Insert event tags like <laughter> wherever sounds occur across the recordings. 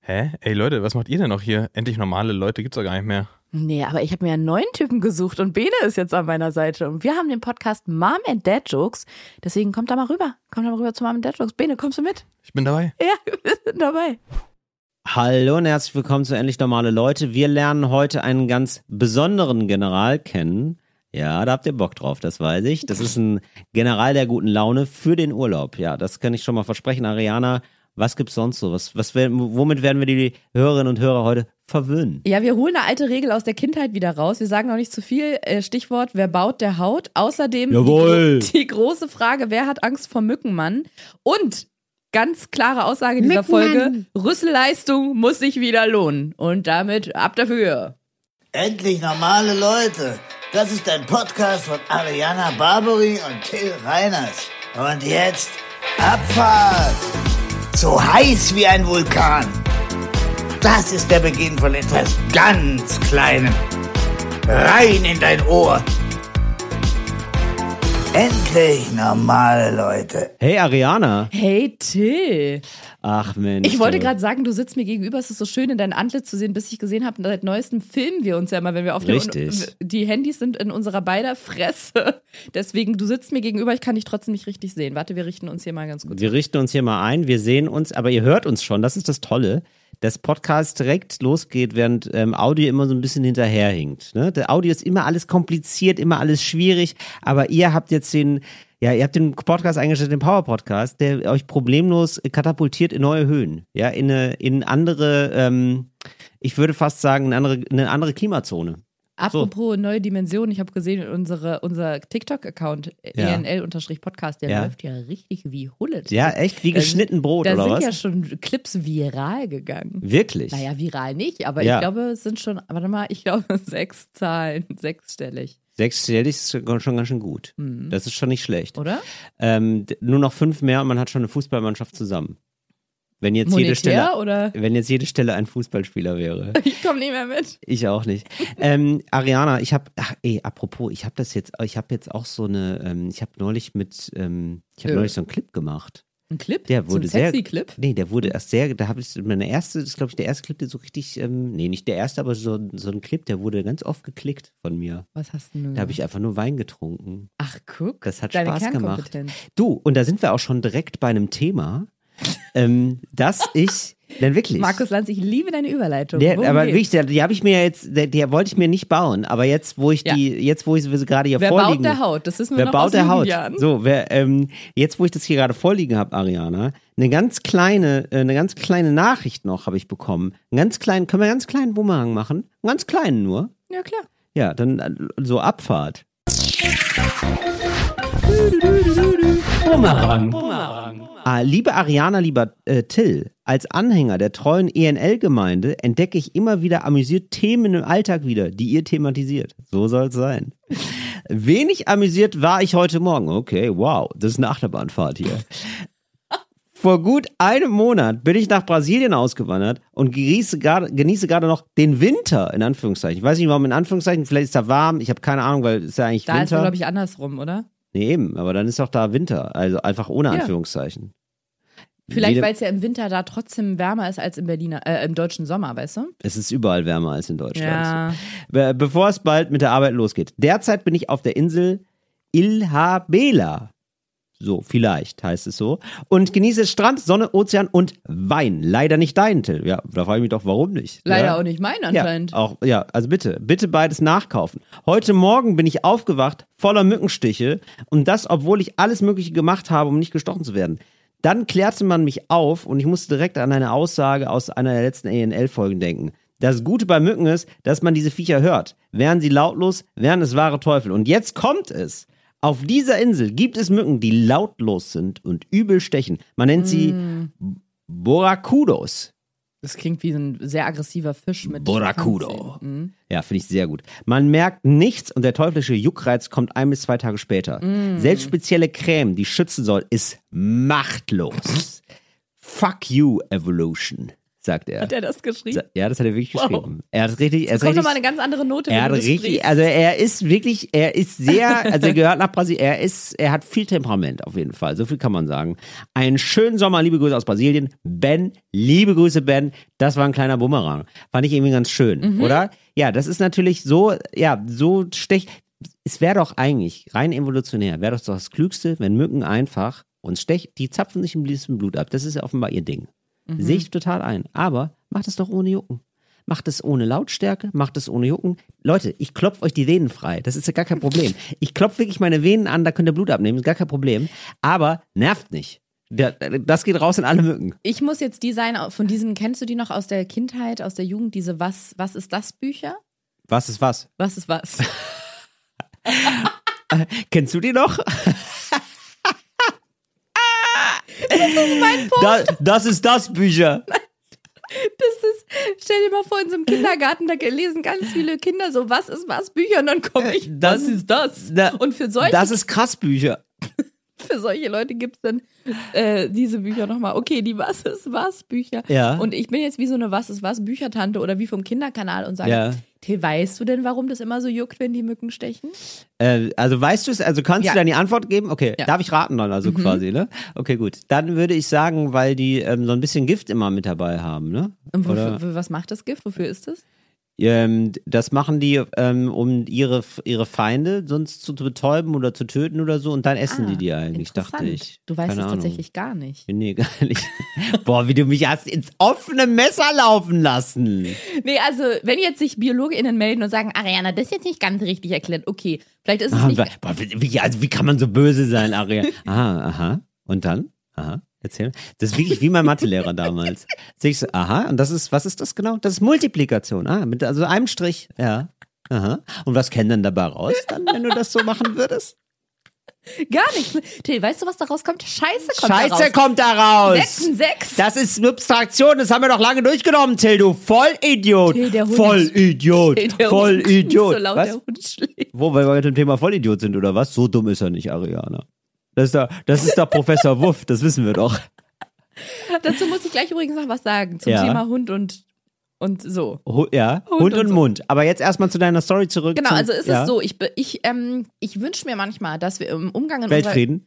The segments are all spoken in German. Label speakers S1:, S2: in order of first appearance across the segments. S1: Hä? Ey Leute, was macht ihr denn noch hier? Endlich normale Leute gibt's doch gar nicht mehr.
S2: Nee, aber ich habe mir einen neuen Typen gesucht und Bene ist jetzt an meiner Seite. Und wir haben den Podcast Mom and Dad Jokes. Deswegen kommt da mal rüber. Kommt da mal rüber zu Mom and Dad Jokes. Bene, kommst du mit? <laughs>
S1: Ich bin dabei.
S2: Ja, wir sind dabei.
S3: Hallo und herzlich willkommen zu Endlich Normale Leute. Wir lernen heute einen ganz besonderen General kennen. Ja, da habt ihr Bock drauf, das weiß ich. Das ist ein General der guten Laune für den Urlaub. Ja, das kann ich schon mal versprechen. Ariana, was gibt's sonst so? Was, was, werden- womit werden wir die Hörerinnen und Hörer heute verwöhnen?
S4: Ja, wir holen eine alte Regel aus der Kindheit wieder raus. Wir sagen noch nicht zu viel. Äh, Stichwort, wer baut, der haut. Außerdem die
S3: Jawohl.
S4: gro- die große Frage, wer hat Angst vor Mückenmann? Und ganz klare Aussage dieser Folge, Rüsselleistung muss sich wieder lohnen. Und damit ab dafür.
S5: Endlich normale Leute. Das ist ein Podcast von Ariana Barbary und Till Reiners. Und jetzt Abfahrt. So heiß wie ein Vulkan. Das ist der Beginn von etwas ganz Kleinem. Rein in dein Ohr. Endlich normale Leute.
S3: Hey Ariana!
S4: Hey Till,
S3: Ach Mensch.
S4: ich wollte
S3: du.
S4: gerade sagen, du sitzt mir gegenüber, es ist so schön in dein Antlitz zu sehen, bis ich gesehen habe, seit neuestem filmen wir uns ja immer, wenn wir aufnehmen. Und
S3: Richtig.
S4: Die Handys sind in unserer beider Fresse. <laughs> Deswegen, du sitzt mir gegenüber, ich kann dich trotzdem nicht richtig sehen. Warte, wir richten uns hier mal ganz gut.
S3: Wir richten uns hier mal ein, wir sehen uns, aber ihr hört uns schon, das ist das Tolle, dass Podcast direkt losgeht, während ähm, Audio immer so ein bisschen hinterherhinkt. Ne? Der Audio ist immer alles kompliziert, immer alles schwierig, aber ihr habt jetzt den, ja, ihr habt den Podcast eingestellt, den Power-Podcast, der euch problemlos katapultiert in neue Höhen, ja, in, eine, in andere, ähm, ich würde fast sagen, eine andere, eine andere Klimazone.
S4: Apropos neue Dimension, ich habe gesehen, unsere, unser TikTok-Account, E
S3: Ja.
S4: ENL-Podcast, der
S3: Ja.
S4: läuft ja richtig wie Hullet.
S3: Ja, echt wie
S4: Da
S3: geschnitten
S4: sind-
S3: Brot,
S4: da
S3: oder
S4: sind
S3: was?
S4: ja schon Clips viral gegangen.
S3: Wirklich?
S4: Naja, viral nicht, aber
S3: Ja.
S4: ich glaube, es sind schon, warte mal, ich glaube, <laughs> sechs Zahlen, sechsstellig,
S3: Sechsstellig ist schon schon ganz schön gut.
S4: Mhm.
S3: Das ist schon nicht schlecht.
S4: oder?
S3: Ähm, d- nur noch fünf mehr und man hat schon eine Fußballmannschaft zusammen. Wenn jetzt jede
S4: Monetär
S3: Stelle,
S4: oder?
S3: wenn jetzt jede Stelle ein Fußballspieler wäre.
S4: Ich komme nicht mehr mit.
S3: Ich auch nicht. Ähm, Ariana, ich habe, ach ey, apropos, ich habe das jetzt, ich habe jetzt auch so eine, ähm, ich habe neulich mit, ähm, ich habe
S4: Äh.
S3: neulich so einen Clip gemacht.
S4: Ein Clip?
S3: Der wurde
S4: so ein sexy
S3: sehr,
S4: Clip?
S3: nee, der wurde erst sehr, da habe ich meine erste, das ist glaube ich der erste Clip, der so richtig, ähm, nee, nicht der erste, aber so, so ein Clip, der wurde ganz oft geklickt von mir.
S4: Was hast du denn?
S3: Da habe ich einfach nur Wein getrunken.
S4: Ach, guck.
S3: Das hat
S4: deine
S3: Spaß gemacht.
S4: Kernkompetenz.
S3: Du, und da sind wir auch schon direkt bei einem Thema, ähm, dass ich, denn wirklich.
S4: Markus Lanz, ich liebe deine Überleitung.
S3: der,
S4: Worum
S3: aber
S4: geht's?
S3: wirklich, der- die habe ich mir jetzt, der, der wollte ich mir nicht bauen, aber jetzt, wo ich
S4: Ja.
S3: die, jetzt, wo ich sie gerade hier
S4: Wer
S3: vorliegen.
S4: baut der Haut? Das ist nur
S3: Wer
S4: noch
S3: baut
S4: aus
S3: der Haut?
S4: Jugendjahren.
S3: So, wer, ähm, jetzt, wo ich das hier gerade vorliegen habe, Ariana, eine ganz kleine, äh, eine ganz kleine Nachricht noch habe ich bekommen. Einen ganz kleinen, können wir einen ganz kleinen Bumerang machen? Einen ganz kleinen nur.
S4: Ja, klar.
S3: Ja, dann äh, so Abfahrt. Ah, liebe Ariana, lieber äh, Till, als Anhänger der treuen E ENL-Gemeinde entdecke ich immer wieder amüsiert Themen im Alltag wieder, die ihr thematisiert. So soll es sein. Wenig amüsiert war ich heute Morgen. Okay, wow, das ist eine
S4: <laughs>
S3: Achterbahnfahrt hier. Vor gut einem Monat bin ich nach Brasilien ausgewandert und genieße gerade, genieße gerade noch den Winter, in Anführungszeichen. Ich weiß nicht, warum in Anführungszeichen, vielleicht ist da warm, ich habe keine Ahnung, weil es ist ja eigentlich
S4: Da ist
S3: Winter.
S4: man, glaube ich, andersrum, oder?
S3: Nee, eben, aber dann ist doch da Winter. Also einfach ohne
S4: Ja.
S3: Anführungszeichen.
S4: Vielleicht,
S3: Jede-
S4: weil es ja im Winter da trotzdem wärmer ist als im Berliner, äh, im deutschen Sommer, weißt du?
S3: Es ist überall wärmer als in Deutschland. Be bevor es bald mit der Arbeit losgeht. Derzeit bin ich auf der Insel Ilhabela. So, vielleicht heißt es so. Und genieße Strand, Sonne, Ozean und Wein. Leider nicht deinen, Till. Ja, da frage ich mich doch, warum nicht?
S4: Leider
S3: ja?
S4: auch nicht mein
S3: Ja,
S4: anscheinend.
S3: auch, ja, also bitte, bitte beides nachkaufen. Heute Morgen bin ich aufgewacht, voller Mückenstiche und das, obwohl ich alles Mögliche gemacht habe, um nicht gestochen zu werden. Dann klärte man mich auf und ich musste direkt an eine Aussage aus einer der letzten ENL-Folgen denken. Das Gute bei Mücken ist, dass man diese Viecher hört. Wären sie lautlos, wären es wahre Teufel. Und jetzt kommt es. Auf dieser Insel gibt es Mücken, die lautlos sind und übel stechen. Man nennt sie Boracudos.
S4: Das klingt wie ein sehr aggressiver Fisch mit.
S3: Boracudo.
S4: Fangzähnen. Mhm.
S3: Ja, finde ich sehr gut. Man merkt nichts und der teuflische Juckreiz kommt ein bis zwei Tage später.
S4: Mm.
S3: Selbst spezielle Creme, die schützen soll, ist machtlos. Fuck you, Evolution. sagt er.
S4: Hat er das geschrieben?
S3: Sa- Ja, das hat er wirklich
S4: Wow.
S3: geschrieben. Er hat richtig,
S4: Es
S3: er ist
S4: kommt nochmal
S3: richtig,
S4: eine ganz andere Note,
S3: er
S4: wenn
S3: hat
S4: du das
S3: richtig,
S4: sprichst.
S3: also er ist wirklich, er ist sehr, also er gehört nach Brasilien, er ist, er hat viel Temperament auf jeden Fall, so viel kann man sagen. Einen schönen Sommer, liebe Grüße aus Brasilien. Ben, liebe Grüße Ben, das war ein kleiner Bumerang. Fand ich irgendwie ganz
S4: Mhm.
S3: schön, oder? Ja, das ist natürlich so, ja, so stech, es wäre doch eigentlich rein evolutionär, wäre doch das Klügste, wenn Mücken einfach uns stechen, die zapfen sich im liebsten Blut ab. Das ist ja offenbar ihr Ding.
S4: Mhm.
S3: Sehe ich total ein. Aber macht es doch ohne Jucken. Macht es ohne Lautstärke, macht es ohne Jucken. Leute, ich klopfe euch die Venen frei. Das ist ja gar kein Problem. Ich klopfe wirklich meine Venen an, da könnt ihr Blut abnehmen, ist gar kein Problem. Aber nervt nicht. Da- Das geht raus in alle Mücken.
S4: Ich muss jetzt die sein, von diesen, kennst du die noch aus der Kindheit, aus der Jugend, diese Was, was ist das Bücher?
S3: Was ist was?
S4: Was ist was? <laughs>
S3: Kennst du die noch? Das ist mein Punkt. das ist das Bücher.
S4: Das ist, stell dir mal vor, in so einem Kindergarten, da lesen ganz viele Kinder so, was ist was Bücher und dann komme ich,
S3: Äh, Das-
S4: was ist das?
S3: Da-
S4: und für solche,
S3: Das ist krass Bücher.
S4: für solche Leute gibt es dann äh, diese Bücher nochmal. Okay, die Was ist was Bücher.
S3: Ja.
S4: Und ich bin jetzt wie so eine Was ist was Büchertante oder wie vom Kinderkanal und sage,
S3: Ja.
S4: Till, weißt du denn, warum das immer so juckt, wenn die Mücken stechen?
S3: Äh, also weißt du es, also kannst
S4: Ja.
S3: du dann die Antwort geben? Okay,
S4: Ja. Mhm.
S3: darf ich raten dann also quasi, ne? Okay, gut. Dann würde ich sagen, weil die ähm, so ein bisschen Gift immer mit dabei haben, ne?
S4: Und wofür,
S3: Oder,
S4: für, was macht das Gift? Wofür ist es?
S3: ähm, das machen die, ähm, um ihre, ihre Feinde sonst zu betäuben oder zu töten oder so und dann essen die die eigentlich, dachte
S4: Ah, interessant.
S3: ich.
S4: Du weißt
S3: Keine
S4: es
S3: Ahnung.
S4: tatsächlich gar nicht.
S3: Nee, <laughs> gar nicht. Boah, wie du mich hast ins offene Messer laufen lassen.
S4: Nee, also wenn jetzt sich BiologInnen melden und sagen, Ariana, das ist jetzt nicht ganz richtig erklärt, okay, vielleicht ist es
S3: Ah,
S4: nicht.
S3: wa- boah, wie, wie- also wie kann man so böse sein, Aria?
S4: <laughs>
S3: Aha, aha. Und dann? Aha. Erzähl. Das ist wirklich wie
S4: <laughs>
S3: mein Mathelehrer damals. Sehe ich so, aha, und das ist, was ist das genau? Das ist Multiplikation. Ah, mit also einem Strich. Ja. Aha. Und was käme denn dabei raus, dann, wenn du das so machen würdest?
S4: Gar nichts. Till, weißt du, was da rauskommt? Scheiße kommt da raus.
S3: Scheiße kommt da raus!
S4: Sechs, sechs.
S3: Das ist Subtraktion, das haben wir doch lange durchgenommen, Till, du Vollidiot!
S4: Till, der Hund.
S3: Vollidiot!
S4: Till, <laughs> der Hund
S3: Vollidiot!
S4: So laut
S3: Was?
S4: der Hund schlägt.
S3: Wo, weil wir mit dem Thema Vollidiot sind, oder was? So dumm ist er nicht, Ariana. Das ist der, das ist der Professor Wuff, das wissen wir doch.
S4: Dazu muss ich gleich übrigens noch was sagen zum
S3: Ja.
S4: Thema Hund und, und so.
S3: Hu- ja,
S4: Hund
S3: Hund,
S4: und
S3: und,
S4: so.
S3: Mund. Aber jetzt erstmal zu deiner Story zurück.
S4: Genau,
S3: zum,
S4: also ist
S3: ja,
S4: es so, ich, be- ich, ähm, ich wünsche mir manchmal, dass wir im Umgang in unserer
S3: Weltfrieden.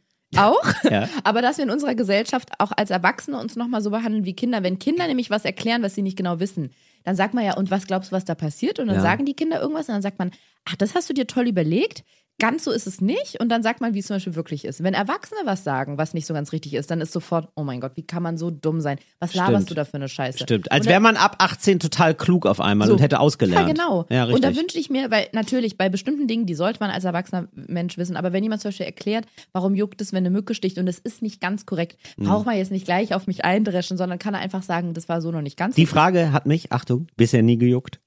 S4: auch,
S3: Ja.
S4: aber dass wir in unserer Gesellschaft auch als Erwachsene uns nochmal so behandeln wie Kinder. Wenn Kinder nämlich was erklären, was sie nicht genau wissen, dann sagt man ja, und was glaubst du, was da passiert? Und dann
S3: Ja.
S4: sagen die Kinder irgendwas und dann sagt man, ach, das hast du dir toll überlegt. Ganz so ist es nicht. Und dann sagt man, wie es zum Beispiel wirklich ist. Wenn Erwachsene was sagen, was nicht so ganz richtig ist, dann ist sofort, oh mein Gott, wie kann man so dumm sein? Was laberst
S3: Stimmt.
S4: du da für eine Scheiße?
S3: Stimmt. Als
S4: Und dann-
S3: wäre man ab 18 total klug auf einmal
S4: So.
S3: und Also hätte ausgelernt.
S4: ja, genau.
S3: Ja, richtig.
S4: und da wünsche ich mir, weil natürlich bei bestimmten Dingen, die sollte man als erwachsener Mensch wissen, aber wenn jemand zum Beispiel erklärt, warum juckt es, wenn eine Mücke sticht und es ist nicht ganz korrekt,
S3: Mhm.
S4: braucht man jetzt nicht gleich auf mich eindreschen, sondern kann er einfach sagen, das war so noch nicht ganz
S3: die
S4: richtig.
S3: Frage hat mich, Achtung, bisher nie gejuckt.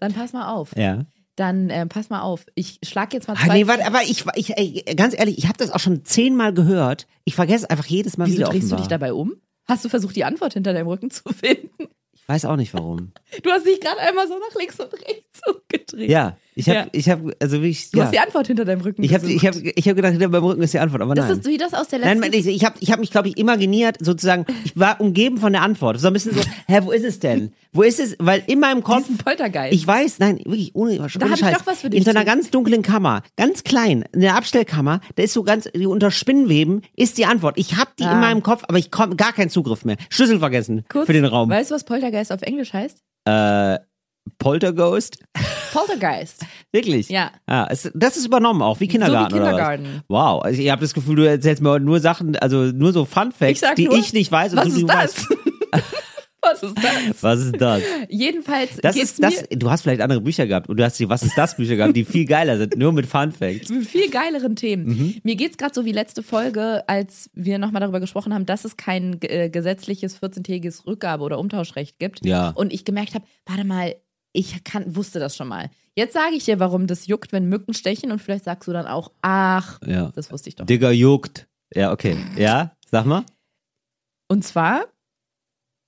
S4: Dann pass mal auf.
S3: Ja.
S4: Dann äh, pass mal auf. Ich schlag jetzt mal
S3: Ah,
S4: zwei.
S3: nee, warte, aber ich, ich ey, ganz ehrlich, ich habe das auch schon zehnmal gehört. Ich vergesse einfach jedes Mal
S4: Wieso
S3: wieder
S4: drehst
S3: offenbar.
S4: du dich dabei um? Hast du versucht, die Antwort hinter deinem Rücken zu finden?
S3: Ich weiß auch nicht warum.
S4: Du hast dich gerade einmal so nach links und rechts umgedreht.
S3: Ja, ich habe,
S4: Ja.
S3: ich habe, also wie ich,
S4: Du
S3: ja.
S4: hast die Antwort hinter deinem Rücken
S3: ich habe,
S4: gesucht.
S3: ich habe, ich habe gedacht, hinter meinem Rücken ist die Antwort, aber
S4: Das
S3: nein.
S4: ist wie das aus der letzten
S3: Nein, ich, ich habe ich hab mich, glaube ich, imaginiert, sozusagen, ich war umgeben von der Antwort. So ein bisschen so, <laughs> hä, wo ist es denn? Wo ist es? Weil in meinem Kopf.
S4: Diesen Poltergeist.
S3: Ich weiß, nein, wirklich, ohne, ohne
S4: hab ich
S3: Scheiß.
S4: doch was für dich,
S3: In so einer
S4: Tim.
S3: ganz dunklen Kammer, ganz klein, in der Abstellkammer, da ist so ganz, unter Spinnweben ist die Antwort. Ich habe die
S4: Ah.
S3: in meinem Kopf, aber ich komme gar keinen Zugriff mehr. Schlüssel vergessen
S4: Kurz,
S3: für den Raum.
S4: Weißt du, was Poltergeist auf Englisch heißt?
S3: Polterghost?
S4: Poltergeist.
S3: Wirklich?
S4: Ja.
S3: Ah, es, das ist übernommen auch, wie Kindergarten. Oder
S4: Kindergarten.
S3: was? Wow, also ich habe das Gefühl, du erzählst mir heute nur Sachen, also nur so Fun
S4: Ich
S3: Facts,
S4: sag
S3: die
S4: nur,
S3: ich nicht weiß. und
S4: was
S3: Also, du,
S4: ist
S3: du
S4: das?
S3: Weißt.
S4: <laughs> Was ist das?
S3: Was ist
S4: <laughs>
S3: das?
S4: Jedenfalls
S3: Das
S4: geht's
S3: ist das. Du hast vielleicht andere Bücher gehabt und du hast die Was ist das Bücher gehabt, die viel geiler sind, nur mit Fun
S4: <laughs>
S3: Facts.
S4: mir mit viel geileren Themen.
S3: Mhm.
S4: Mir geht's gerade so wie letzte Folge, als wir nochmal darüber gesprochen haben, dass es kein äh, gesetzliches 14-tägiges Rückgabe- oder Umtauschrecht gibt.
S3: Ja.
S4: Und ich gemerkt habe, warte mal, ich kann, wusste das schon mal. Jetzt sage ich dir, warum das juckt, wenn Mücken stechen und vielleicht sagst du dann auch, ach,
S3: Ja.
S4: das wusste ich doch.
S3: Digger juckt. Ja, okay. Ja, sag mal.
S4: Und zwar,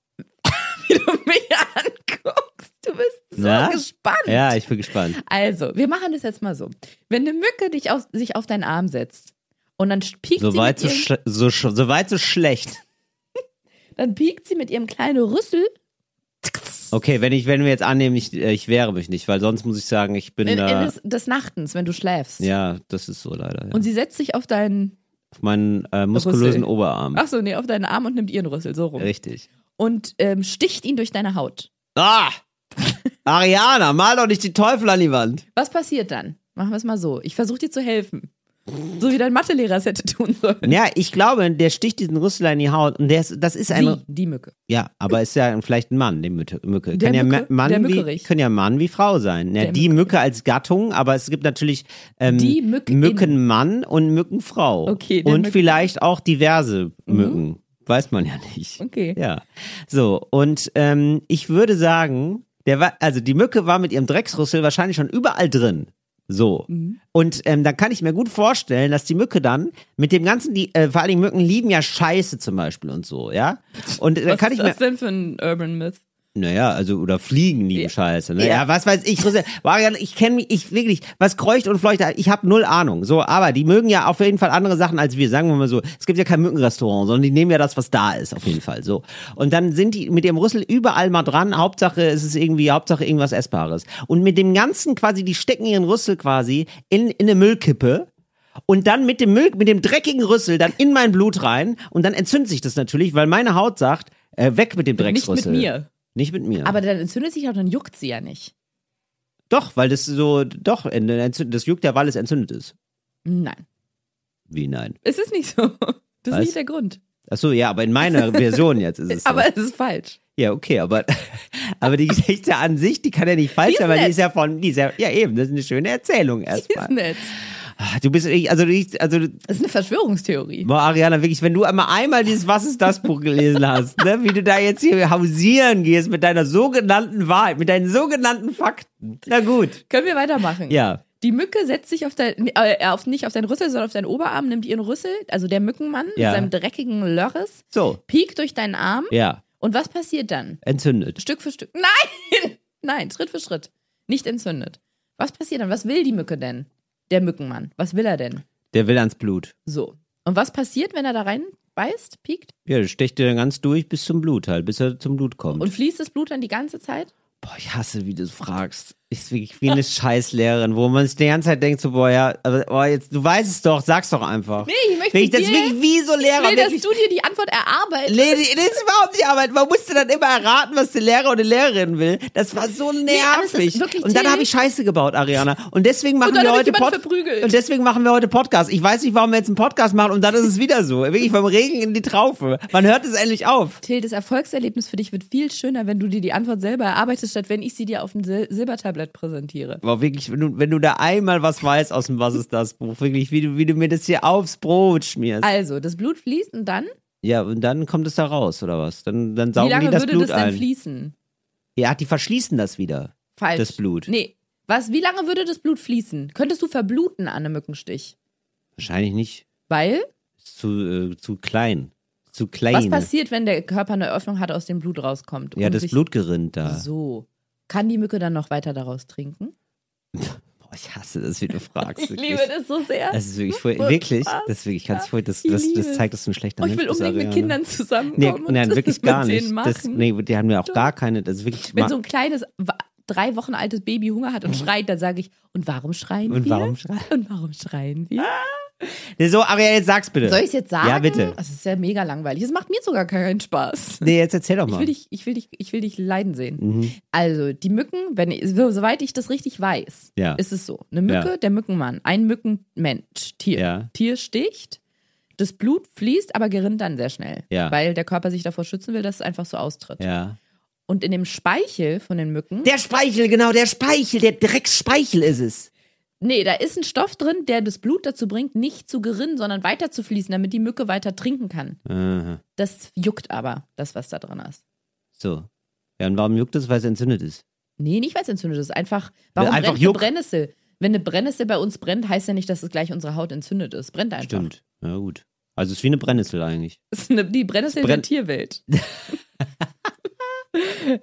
S4: <laughs> wie du mich anguckst, du bist so
S3: Na?
S4: gespannt.
S3: Ja, ich bin gespannt.
S4: Also, wir machen das jetzt mal so. Wenn eine Mücke dich auf, sich auf deinen Arm setzt und dann piekt
S3: So
S4: sie
S3: weit
S4: mit
S3: so,
S4: ihrem,
S3: sch so, sch so weit so schlecht.
S4: Dann piekt sie mit ihrem kleinen Rüssel.
S3: Okay, wenn, Oh, ich, wenn wir jetzt annehmen, ich, äh, ich wehre mich nicht, weil sonst muss ich sagen, ich bin
S4: In, in
S3: da.
S4: des, des Nachtens, wenn du schläfst.
S3: ja, das ist so leider. Ja.
S4: Und sie setzt sich auf deinen,
S3: Auf meinen äh, muskulösen
S4: Rüssel.
S3: Oberarm.
S4: ach so, nee, auf deinen Arm und nimmt ihren Rüssel so rum.
S3: Richtig.
S4: Und ähm, sticht ihn durch deine Haut.
S3: Ah! Ariana, mal doch nicht die Teufel an
S4: <laughs>
S3: die Wand.
S4: Was passiert dann? Machen wir es mal so. Ich versuche dir zu helfen. So wie dein Mathelehrer es hätte tun sollen.
S3: Ja, ich glaube, der sticht diesen Rüssel in die Haut und der ist, das ist ein.
S4: Sie, die Mücke.
S3: Ja, aber ist ja vielleicht ein Mann, die Mücke. Mücke.
S4: Der
S3: Kann ja
S4: Mücke?
S3: Ma- Mann
S4: Der
S3: wie,
S4: Mückerich.
S3: können ja Mann wie Frau sein. Ja,
S4: Der
S3: die Mücke als Gattung, aber es gibt natürlich ähm,
S4: Die Mückin.
S3: Mückenmann und Mückenfrau.
S4: Okay, der
S3: und
S4: Mücke- Mhm.
S3: vielleicht auch diverse Mücken. Weiß man ja nicht.
S4: Okay.
S3: Ja. So, und ähm, ich würde sagen, der war, also die Mücke war mit ihrem Drecksrüssel wahrscheinlich schon überall drin. So.
S4: Mhm.
S3: Und ähm, dann kann ich mir gut vorstellen, dass die Mücke dann mit dem ganzen, die, äh, vor allen Dingen Mücken lieben ja Scheiße zum Beispiel und so, ja. Und dann
S4: Was
S3: kann
S4: ist
S3: ich mir.
S4: das denn für ein Urban Myth?
S3: Naja, also, oder Fliegen lieben Scheiße, ne? Ja.
S4: Ja.
S3: was weiß ich, Rüssel. Marian, ich kenne mich, ich wirklich, was kreucht und fleucht, ich habe null Ahnung. So, aber die mögen ja auf jeden Fall andere Sachen als wir, sagen wir mal so. Es gibt ja kein Mückenrestaurant, sondern die nehmen ja das, was da ist, auf jeden Fall, so. Und dann sind die mit ihrem Rüssel überall mal dran, Hauptsache, es ist irgendwie, Hauptsache irgendwas Essbares. Und mit dem Ganzen quasi, die stecken ihren Rüssel quasi in, in eine Müllkippe, und dann mit dem Müll, mit dem dreckigen Rüssel dann in mein Blut rein und dann entzündet sich das natürlich, weil meine Haut sagt, äh, weg mit dem
S4: Nicht mit
S3: Drecksrüssel.
S4: mir.
S3: Nicht mit mir.
S4: Aber dann entzündet sich auch, dann juckt sie ja nicht.
S3: doch, weil das so, doch, in- in- entzünd- das juckt ja, weil es entzündet ist.
S4: Nein.
S3: Wie nein.
S4: Es ist nicht so. Das
S3: Was?
S4: ist nicht der Grund.
S3: Achso, ja, aber
S4: <laughs>
S3: in meiner Version jetzt ist es. So.
S4: Aber es ist falsch.
S3: ja, okay, aber, <laughs> aber die Geschichte an sich, die kann ja nicht falsch
S4: Die ist
S3: sein, weil die
S4: nett.
S3: ist ja von, die ist ja, ja eben, das ist eine schöne Erzählung
S4: Ist
S3: erstmal.
S4: nett.
S3: Ah, Du bist, ich- also, ich- also
S4: Das ist eine Verschwörungstheorie.
S3: Boah, Ariana, wirklich, wenn du einmal einmal dieses Was ist das Buch gelesen hast, ne, wie du da jetzt hier hausieren gehst mit deiner sogenannten Wahrheit, mit deinen sogenannten Fakten. Na gut.
S4: Können wir weitermachen?
S3: Ja.
S4: Die Mücke setzt sich auf dein, äh, auf, nicht auf deinen Rüssel, sondern auf deinen Oberarm, nimmt ihren Rüssel, also der Mückenmann
S3: Ja.
S4: mit seinem dreckigen Lörres,
S3: So.
S4: piekt durch deinen Arm.
S3: Ja.
S4: Und was passiert dann?
S3: Entzündet.
S4: Stück für Stück. Nein! <laughs> Nein, Schritt für Schritt. Nicht entzündet. Was passiert dann? Was will die Mücke denn? Der Mückenmann. Was will er denn?
S3: Der will ans Blut.
S4: So. Und was passiert, wenn er da rein beißt, piekt
S3: Ja, der stecht dir dann ganz durch bis zum Blut halt, bis er zum Blut kommt.
S4: und fließt das Blut dann die ganze Zeit?
S3: boah, ich hasse, wie du es fragst. Ist wirklich <laughs> wie eine Scheißlehrerin, wo man sich die ganze Zeit denkt, so, boah, ja, aber boah, jetzt, du weißt es doch, sag's doch einfach. Nee,
S4: ich möchte
S3: Wenn ich das
S4: dir-
S3: wirklich wie so
S4: Ich
S3: Lehrer
S4: will, dass
S3: wirklich
S4: du dir die Antwort erarbeitest.
S3: Nee, die- das ist überhaupt nicht Arbeit. Man musste dann immer erraten, was der Lehrer oder die Lehrerin will. Das war so
S4: aber es ist
S3: nervig.
S4: wirklich
S3: und dann
S4: Till.
S3: habe ich Scheiße gebaut, Ariana. Und deswegen machen
S4: dann
S3: wir
S4: hab ich
S3: heute
S4: jemanden
S3: Pod-
S4: verprügelt.
S3: Und deswegen machen wir heute Podcast. Ich weiß nicht, warum wir jetzt einen Podcast machen und dann ist es wieder so. Wirklich vom Regen in die Traufe. Wann hört es endlich auf?
S4: Till, das Erfolgserlebnis für dich wird viel schöner, wenn du dir die Antwort selber erarbeitest, statt wenn ich sie dir auf dem Sil Silbertablett präsentiere.
S3: Boah, wirklich, wenn du, wenn du da einmal was weißt aus dem Was ist das Buch, wirklich, wie du, wie du mir das hier aufs Brot schmierst.
S4: Also, das Blut fließt und dann?
S3: Ja, und dann kommt es da raus, oder was? Dann, dann
S4: wie
S3: saugen die
S4: lange
S3: das
S4: würde
S3: Blut
S4: das denn
S3: ein.
S4: fließen?
S3: Ja, die verschließen das wieder.
S4: Falsch.
S3: Das Blut.
S4: Nee. Was, wie lange würde das Blut fließen? Könntest du verbluten an einem Mückenstich?
S3: Wahrscheinlich nicht.
S4: Weil,
S3: Ist zu, äh, zu klein. Zu klein.
S4: was passiert, wenn der Körper eine Öffnung hat, aus dem Blut rauskommt?
S3: Ja,
S4: und
S3: das
S4: sich-
S3: Blut gerinnt da.
S4: So. Kann die Mücke dann noch weiter daraus trinken?
S3: Boah, ich hasse das, wie du fragst.
S4: Ich
S3: wirklich.
S4: liebe das so sehr.
S3: Das ist wirklich, furcht-
S4: Furchtbar.
S3: wirklich, das ist wirklich ganz furcht, das,
S4: Ich
S3: das,
S4: liebe
S3: das zeigt, dass du ein schlechter
S4: oh, ich
S3: Mensch
S4: will
S3: bist,
S4: unbedingt mit
S3: Ariana.
S4: Kindern
S3: Nee,
S4: zusammenkommen. und
S3: nein,
S4: das
S3: wirklich
S4: mit
S3: gar
S4: denen
S3: nicht. Das,
S4: machen.
S3: nee, die haben ja auch gar keine, das ist wirklich,
S4: Wenn
S3: ma-
S4: so ein kleines, wa- drei Wochen altes Baby Hunger hat und schreit, dann sage ich, Mhm. und warum schreien
S3: Und
S4: wir?
S3: warum schreien-
S4: <laughs> Und warum schreien wir?
S3: nee, so, Ariel, jetzt sag's bitte.
S4: Soll ich es jetzt sagen?
S3: Ja, bitte.
S4: Das ist ja mega langweilig. Es macht mir sogar keinen Spaß.
S3: Nee, jetzt erzähl doch
S4: Ich
S3: mal.
S4: will dich, ich will dich, ich will dich leiden sehen.
S3: mhm.
S4: Also, die Mücken, wenn ich, so- soweit ich das richtig weiß,
S3: Ja.
S4: ist es so. Eine Mücke,
S3: Ja.
S4: der Mückenmann, ein Mückenmensch, Tier.
S3: Ja.
S4: Tier sticht, das Blut fließt, aber gerinnt dann sehr schnell.
S3: Ja.
S4: Weil der Körper sich davor schützen will, dass es einfach so austritt.
S3: Ja.
S4: Und in dem Speichel von den Mücken
S3: Der Speichel, genau, der Speichel, der Drecksspeichel ist es.
S4: Nee, da ist ein Stoff drin, der das Blut dazu bringt, nicht zu gerinnen, sondern weiter zu fließen, damit die Mücke weiter trinken kann.
S3: Aha.
S4: Das juckt aber, das, was da drin ist.
S3: So. Ja, und warum juckt es, weil es entzündet ist?
S4: Nee, nicht, weil es entzündet ist. Einfach, warum
S3: Einfach
S4: brennt eine
S3: juckt.
S4: Brennnessel? Wenn eine Brennnessel bei uns brennt, heißt ja nicht, dass es gleich unsere Haut entzündet ist. Brennt einfach.
S3: Stimmt. Ja, gut. Also, es ist wie eine Brennnessel eigentlich.
S4: Es ist eine, die Brennnessel
S3: Es
S4: der
S3: brennt-
S4: Tierwelt. <laughs>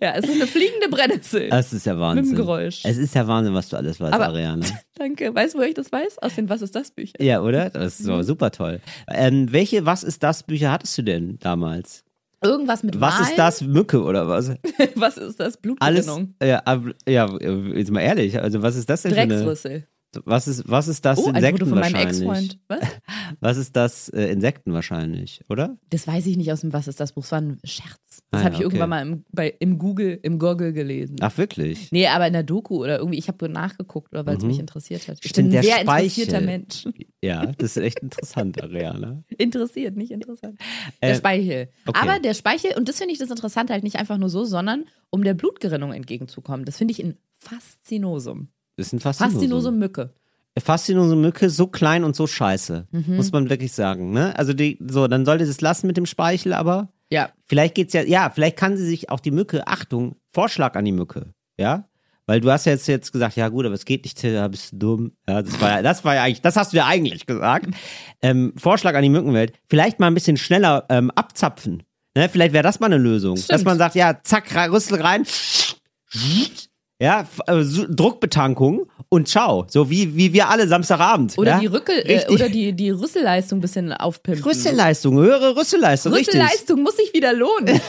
S4: ja, es ist eine fliegende Brennnessel.
S3: Das ist ja Wahnsinn.
S4: Mit dem Geräusch.
S3: Es ist ja Wahnsinn, was du alles weißt,
S4: Aber-
S3: Ariane.
S4: Danke. Weißt du, wo ich das weiß? Aus den Was ist das Büchern. Mhm.
S3: Ja, oder? Das ist so super toll. Ähm, welche Was ist das Bücher hattest du denn damals?
S4: Irgendwas mit
S3: Was
S4: Wahlen.
S3: ist das? Mücke oder
S4: <laughs>
S3: was?
S4: Was ist das?
S3: Alles.
S4: Blutgerinnung.
S3: Ja, ab- ja, jetzt mal ehrlich. Also, was ist das denn für eine.
S4: Drecksrüssel.
S3: Was ist, was ist das?
S4: Oh, ein Foto
S3: Insekten
S4: von meinem
S3: wahrscheinlich.
S4: Ex-Freund. Was?
S3: Was ist das? Äh, Insekten wahrscheinlich, oder?
S4: Das weiß ich nicht aus dem Was ist das Buch. Es war ein Scherz. Das
S3: Ah,
S4: habe
S3: ja,
S4: ich
S3: okay.
S4: irgendwann mal im, bei, im Google, im Goggle gelesen.
S3: Ach, wirklich?
S4: Nee, aber in der Doku oder irgendwie, ich habe nachgeguckt, oder weil es
S3: Mhm.
S4: mich interessiert hat. Ich
S3: Stimmt,
S4: bin
S3: der
S4: ein sehr
S3: Speichel.
S4: interessierter Mensch. <laughs>
S3: Ja, das ist echt interessant, Ariana.
S4: Interessiert, nicht interessant.
S3: Äh,
S4: der Speichel.
S3: okay.
S4: Aber der Speichel, und das finde ich das Interessante, halt nicht einfach nur so, sondern um der Blutgerinnung entgegenzukommen. Das finde ich ein Faszinosum.
S3: Das ist ein Faszinosum.
S4: Faszinosum Mücke.
S3: Faszinosum Mücke, so klein und so scheiße. Muss man wirklich sagen, ne? Also, die, so, dann sollte sie es lassen mit dem Speichel, aber
S4: Ja.
S3: Vielleicht geht's ja, ja, vielleicht kann sie sich auch die Mücke, Achtung, Vorschlag an die Mücke, ja? Weil du hast ja jetzt, jetzt gesagt, ja gut, aber es geht nicht, Till, ja, bist du dumm. Ja, das war ja, das war ja eigentlich, das hast du ja eigentlich gesagt. Ähm, Vorschlag an die Mückenwelt, vielleicht mal ein bisschen schneller ähm, abzapfen. Ne? Vielleicht wäre das mal eine Lösung. Dass
S4: Stimmt.
S3: man sagt, ja, zack, rein, Rüssel rein, ja, f- äh, Su- Druckbetankung und ciao. So wie, wie wir alle Samstagabend.
S4: Oder
S3: ja?
S4: die Rückel, äh,
S3: Richtig.
S4: oder die, die Rüsselleistung ein bisschen aufpimpen.
S3: Rüsselleistung, höhere Rüsselleistung, richtig.
S4: Rüsselleistung muss sich wieder lohnen.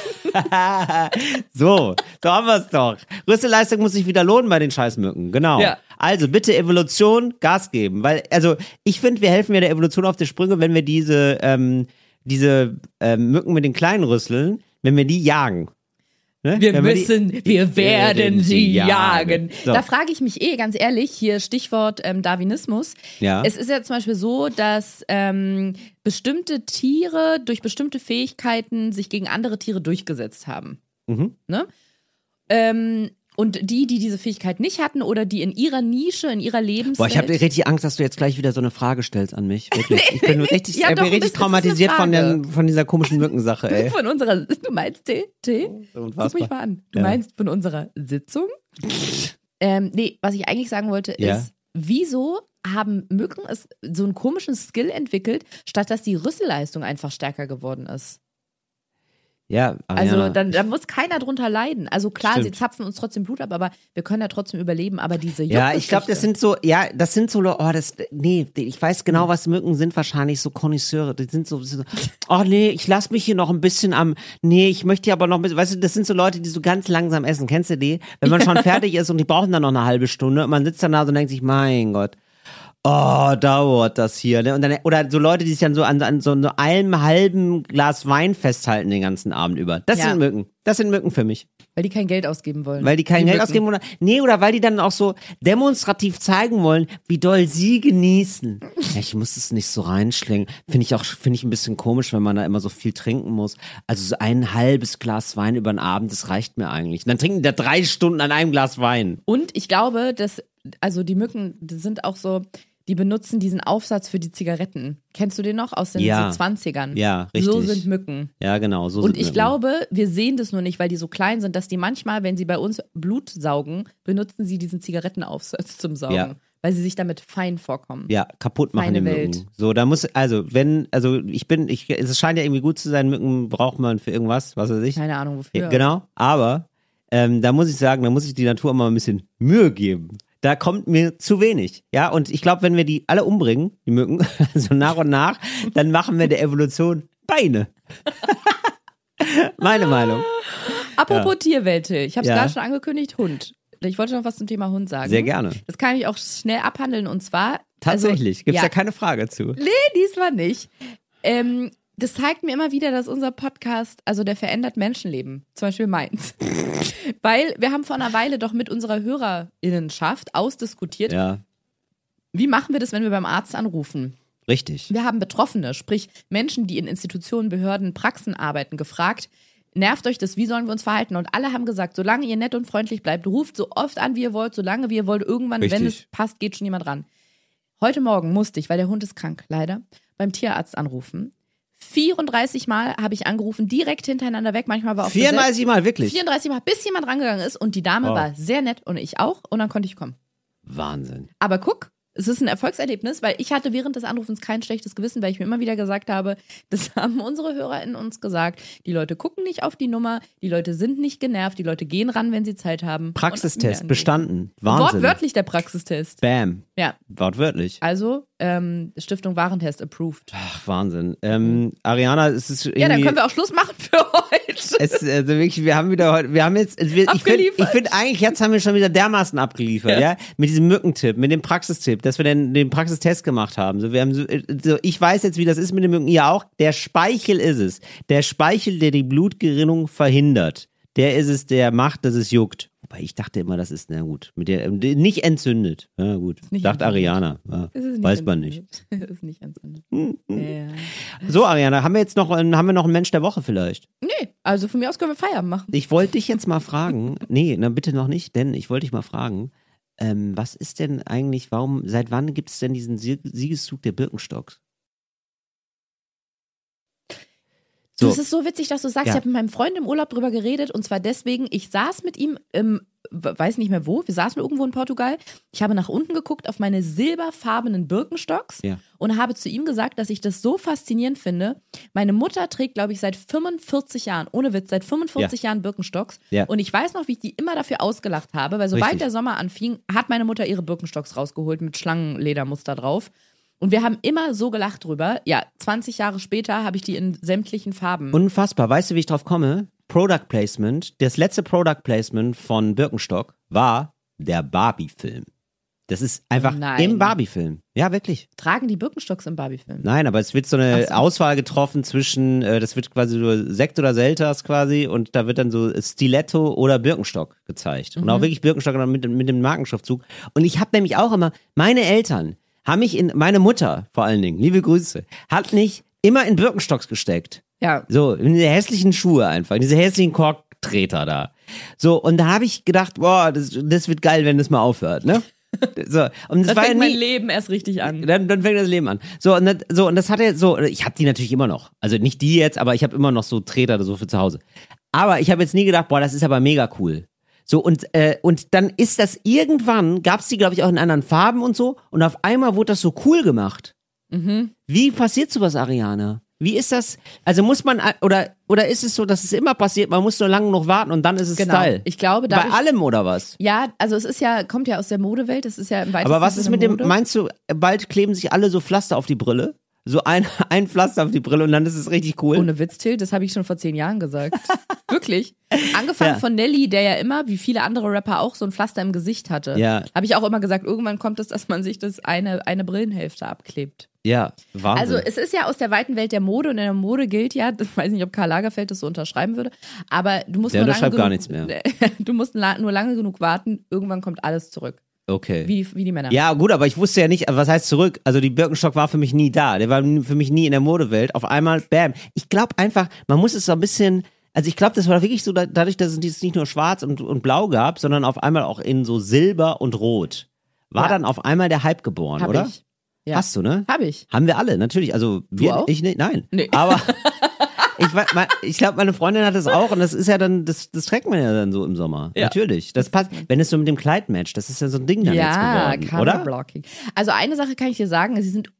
S3: so, da haben wir es doch. Rüsselleistung muss sich wieder lohnen bei den Scheißmücken, genau.
S4: Ja.
S3: Also bitte Evolution Gas geben, weil also ich finde, wir helfen ja der Evolution auf die Sprünge, wenn wir diese ähm, diese ähm, Mücken mit den kleinen Rüsseln, wenn wir die jagen. Ne?
S4: Wir
S3: Wenn die-
S4: müssen, wir werden sie jagen.
S3: So.
S4: Da frage ich mich eh, ganz ehrlich, hier Stichwort ähm, Darwinismus.
S3: Ja.
S4: Es ist ja zum Beispiel so, dass ähm, bestimmte Tiere durch bestimmte Fähigkeiten sich gegen andere Tiere durchgesetzt haben.
S3: Mhm.
S4: Ne? Ähm, und die, die diese Fähigkeit nicht hatten oder die in ihrer Nische, in ihrer Lebenswelt...
S3: Boah, ich
S4: <laughs>
S3: habe richtig Angst, dass du jetzt gleich wieder so eine Frage stellst an mich. Wirklich. Ich bin richtig,
S4: Ja,
S3: ich bin
S4: doch, ein
S3: richtig
S4: bisschen, das ist
S3: traumatisiert
S4: eine
S3: von,
S4: Frage.
S3: den, von dieser komischen Mückensache,
S4: <laughs>
S3: ey.
S4: von unserer... Du meinst Tee? Tee? Guck mich mal an. Du
S3: Ja.
S4: meinst von unserer
S3: <laughs>
S4: Sitzung? ähm, nee, was ich eigentlich sagen wollte
S3: Ja.
S4: ist, wieso haben Mücken es, so einen komischen Skill entwickelt, statt dass die Rüsselleistung einfach stärker geworden ist?
S3: Ja,
S4: Also
S3: Ariana.
S4: dann, dann muss keiner drunter leiden. Also klar,
S3: Stimmt.
S4: sie zapfen uns trotzdem Blut ab, aber wir können ja trotzdem überleben. Aber diese
S3: Ja, ich glaube,
S4: Juckgeschichte-
S3: das sind so, ja, das sind so, Le- oh, das, nee, ich weiß genau, was Mücken sind, wahrscheinlich so Connoisseure, die sind so, die sind so oh nee, ich lass mich hier noch ein bisschen am, nee, ich möchte hier aber noch ein bisschen, weißt du, das sind so Leute, die so ganz langsam essen, kennst du die? Wenn man schon fertig ist und die brauchen dann noch eine halbe Stunde und man sitzt dann da so und denkt sich, mein Gott. Oh, dauert das hier. Ne? Und dann, oder so Leute, die sich dann so an, an so einem halben Glas Wein festhalten den ganzen Abend über. Das
S4: Ja.
S3: sind Mücken. Das sind Mücken für mich.
S4: weil die kein Geld ausgeben wollen.
S3: Weil die kein Geld
S4: Mücken.
S3: ausgeben oder nee, oder weil die dann auch so demonstrativ zeigen wollen, wie doll sie genießen. Ja, ich muss es nicht so reinschlingen. Finde ich auch finde ich ein bisschen komisch, wenn man da immer so viel trinken muss. Also so ein halbes Glas Wein über den Abend, das reicht mir eigentlich. Und dann trinken die da drei Stunden an einem Glas Wein.
S4: Und ich glaube, dass, also die Mücken, die sind auch so, die benutzen diesen Aufsatz für die Zigaretten. Kennst du den noch aus den
S3: Ja.
S4: so 20ern?
S3: Ja, richtig.
S4: So sind Mücken.
S3: Ja, genau. So
S4: Und
S3: sind
S4: ich
S3: wir.
S4: glaube, wir sehen das nur nicht, weil die so klein sind, dass die manchmal, wenn sie bei uns Blut saugen, benutzen sie diesen Zigarettenaufsatz zum Saugen,
S3: Ja.
S4: weil sie sich damit fein vorkommen.
S3: Ja, kaputt machen
S4: Meine
S3: die
S4: Welt.
S3: Mücken. So, da muss, also, wenn, also ich bin, ich, es scheint ja irgendwie gut zu sein, Mücken braucht man für irgendwas, was weiß ich.
S4: Keine Ahnung wofür.
S3: Ja, Genau, aber ähm, da muss ich sagen, da muss ich die Natur immer ein bisschen Mühe geben. Da kommt mir zu wenig. Ja, und ich glaube, wenn wir die alle umbringen, die Mücken, <laughs> so nach und nach, dann machen wir der Evolution Beine. <laughs> Meine Meinung.
S4: Apropos Tierwelt, ich habe es
S3: Ja.
S4: gerade schon angekündigt, Hund. Ich wollte noch was zum Thema Hund sagen.
S3: Sehr gerne.
S4: Das kann ich auch schnell abhandeln und zwar.
S3: Tatsächlich,
S4: Also,
S3: gibt's
S4: ja,
S3: da keine Frage zu.
S4: Nee, diesmal nicht. Ähm, das zeigt mir immer wieder, dass unser Podcast, also der verändert Menschenleben, zum Beispiel
S3: <laughs>
S4: meins. Weil wir haben vor einer Weile doch mit unserer Hörerinnenschaft ausdiskutiert,
S3: Ja,
S4: wie machen wir das, wenn wir beim Arzt anrufen.
S3: richtig.
S4: Wir haben Betroffene, sprich Menschen, die in Institutionen, Behörden, Praxen arbeiten, gefragt, nervt euch das, wie sollen wir uns verhalten? Und alle haben gesagt, solange ihr nett und freundlich bleibt, ruft so oft an, wie ihr wollt, solange wie ihr wollt, irgendwann, wenn
S3: Richtig.
S4: es passt, geht schon jemand ran. Heute Morgen musste ich, weil der Hund ist krank, leider, beim Tierarzt anrufen. 34 Mal habe ich angerufen, direkt hintereinander weg, manchmal war auch
S3: 34 Mal, wirklich.
S4: 34 Mal, bis jemand rangegangen ist und die Dame
S3: Wow.
S4: war sehr nett und ich auch und dann konnte ich kommen.
S3: Wahnsinn.
S4: Aber guck, es ist ein Erfolgserlebnis, weil ich hatte während des Anrufens kein schlechtes Gewissen, weil ich mir immer wieder gesagt habe, <laughs> das haben unsere Hörer in uns gesagt. Die Leute gucken nicht auf die Nummer, die Leute sind nicht genervt, die Leute gehen ran, wenn sie Zeit haben. und
S3: Praxistest,
S4: anrufen.
S3: bestanden. Wahnsinn.
S4: Wortwörtlich der Praxistest.
S3: Bam.
S4: Ja,
S3: Wortwörtlich.
S4: also ähm, Stiftung Warentest approved.
S3: Ach, Wahnsinn. Ähm, Ariana, es ist irgendwie.
S4: Ja, dann können wir auch Schluss machen für heute.
S3: es, also wirklich, wir haben wieder heute, wir haben jetzt, also wir, ich finde
S4: Abgeliefert.
S3: ich find eigentlich, jetzt haben wir schon wieder dermaßen abgeliefert, ja. Mit diesem Mückentipp, mit dem Praxistipp, dass wir den, den Praxistest gemacht haben. So, wir haben so, äh, so, ich weiß jetzt, wie das ist mit den Mücken. Ja, auch der Speichel ist es. Der Speichel, der die Blutgerinnung verhindert. Der ist es, der macht, dass es juckt. Wobei ich dachte immer, das ist, na gut, mit der, ähm, die- nicht entzündet. Ja, gut.
S4: nicht
S3: Dacht
S4: entzündet.
S3: Ariana. Ja,
S4: <laughs> Es ist nicht
S3: weiß man nicht. Hm,
S4: entzündet. <laughs> Es ist nicht entzündet. ja, ja.
S3: So, Ariana, haben wir jetzt noch, einen- haben wir noch einen Mensch der Woche vielleicht?
S4: Nee, also von mir aus können wir Feierabend machen.
S3: Ich wollte dich jetzt mal fragen, nee, na bitte noch nicht, denn ich wollte dich mal fragen, ähm, was ist denn eigentlich, warum, seit wann gibt es denn diesen Sie- Siegeszug der Birkenstocks?
S4: Du,
S3: So,
S4: es ist so witzig, dass du sagst,
S3: Ja.
S4: ich habe mit meinem Freund im Urlaub drüber geredet und zwar deswegen, ich saß mit ihm im, we- weiß nicht mehr wo, wir saßen irgendwo in Portugal. Ich habe nach unten geguckt auf meine silberfarbenen Birkenstocks
S3: Ja.
S4: und habe zu ihm gesagt, dass ich das so faszinierend finde. Meine Mutter trägt, glaube ich, seit 45 Jahren, ohne Witz, seit 45 Jahren Birkenstocks.
S3: Ja.
S4: Und ich weiß noch, wie ich die immer dafür ausgelacht habe, weil sobald
S3: Richtig.
S4: der Sommer anfing, hat meine Mutter ihre Birkenstocks rausgeholt mit Schlangenledermuster drauf. Und wir haben immer so gelacht drüber. Ja, 20 Jahre später habe ich die in sämtlichen Farben.
S3: unfassbar, weißt du, wie ich drauf komme? Product Placement, das letzte Product Placement von Birkenstock war der Barbie-Film. Das ist einfach
S4: Nein.
S3: im Barbie-Film. Ja, wirklich.
S4: tragen die Birkenstocks im Barbie-Film.
S3: Nein, aber es wird so eine
S4: Ach so.
S3: Auswahl getroffen zwischen, äh, das wird quasi so Sekt oder Selters quasi und da wird dann so Stiletto oder Birkenstock gezeigt. Und auch
S4: Mhm.
S3: wirklich Birkenstock dann mit, mit dem Markenschriftzug. Und ich habe nämlich auch immer, meine Eltern haben mich in, meine Mutter vor allen Dingen, liebe Grüße, hat mich immer in Birkenstocks gesteckt.
S4: Ja.
S3: So, in diese hässlichen Schuhe einfach, in diese hässlichen Korktreter da. So, und da habe ich gedacht, boah, das, das wird geil, wenn das mal aufhört,
S4: <laughs>
S3: ne? So, und das
S4: Das
S3: war ja
S4: fängt
S3: nie,
S4: mein Leben erst richtig an.
S3: dann, dann fängt das Leben an. So, und das, so, und das hat er so, ich habe die natürlich immer noch. Also nicht die jetzt, aber ich habe immer noch so Treter oder so für zu Hause. Aber ich habe jetzt nie gedacht, boah, das ist aber mega cool. So, und, äh, und dann ist das irgendwann, gab es die, glaube ich, auch in anderen Farben und so, und auf einmal wurde das so cool gemacht.
S4: Mhm.
S3: Wie passiert sowas, Ariane? Wie ist das? Also muss man, oder, oder ist es so, dass es immer passiert, man muss nur lange noch warten und dann ist es
S4: Genau.
S3: Style?
S4: Ich glaube,
S3: Bei
S4: dadurch,
S3: allem oder was?
S4: ja, also es ist ja, kommt ja aus der Modewelt, es ist ja im weitesten
S3: Aber was
S4: Sinne
S3: ist mit dem,
S4: Mode.
S3: meinst du, bald kleben sich alle so Pflaster auf die Brille? So ein, <laughs> ein Pflaster auf die Brille und dann ist es richtig cool.
S4: Ohne Witz, Till, das habe ich schon vor zehn Jahren
S3: <laughs>
S4: gesagt. Wirklich. Angefangen
S3: Ja.
S4: von Nelly, der ja immer, wie viele andere Rapper auch, so ein Pflaster im Gesicht hatte.
S3: Ja.
S4: Habe ich auch immer gesagt, irgendwann kommt es, dass man sich das eine, eine Brillenhälfte abklebt.
S3: ja, Wahnsinn.
S4: Also es ist ja aus der weiten Welt der Mode und in der Mode gilt ja, <laughs> ich weiß nicht, ob Karl Lagerfeld das so unterschreiben würde, aber du musst
S3: Der
S4: nur lange
S3: unterschreibt
S4: genug,
S3: gar nichts mehr.
S4: <laughs> Du musst la- nur lange genug warten, irgendwann kommt alles zurück.
S3: okay.
S4: Wie die, wie die Männer.
S3: Ja, gut, aber ich wusste ja nicht, was heißt zurück? Also die Birkenstock war für mich nie da. Der war n- für mich nie in der Modewelt. Auf einmal, bam. Ich glaube einfach, man muss es so ein bisschen. Also ich glaube, das war wirklich so, da- dadurch, dass es dieses nicht nur schwarz und, und blau gab, sondern auf einmal auch in so Silber und Rot. War
S4: Ja.
S3: dann auf einmal der Hype geboren,
S4: Hab
S3: oder?
S4: ich. Ja.
S3: Hast du, ne?
S4: Hab ich.
S3: Haben wir alle, natürlich. Also wir,
S4: auch?
S3: ich nicht, nein.
S4: Nee. <laughs>
S3: Aber ich, wei- mein- ich glaube, meine Freundin hat das auch und das ist ja dann, das, das trägt man ja dann so im Sommer.
S4: Ja.
S3: Natürlich. Das passt, wenn es so mit dem Kleid matcht, das ist ja so ein Ding dann
S4: Ja,
S3: jetzt geworden, oder?
S4: Colorblocking. Also eine Sache kann ich dir sagen, sie sind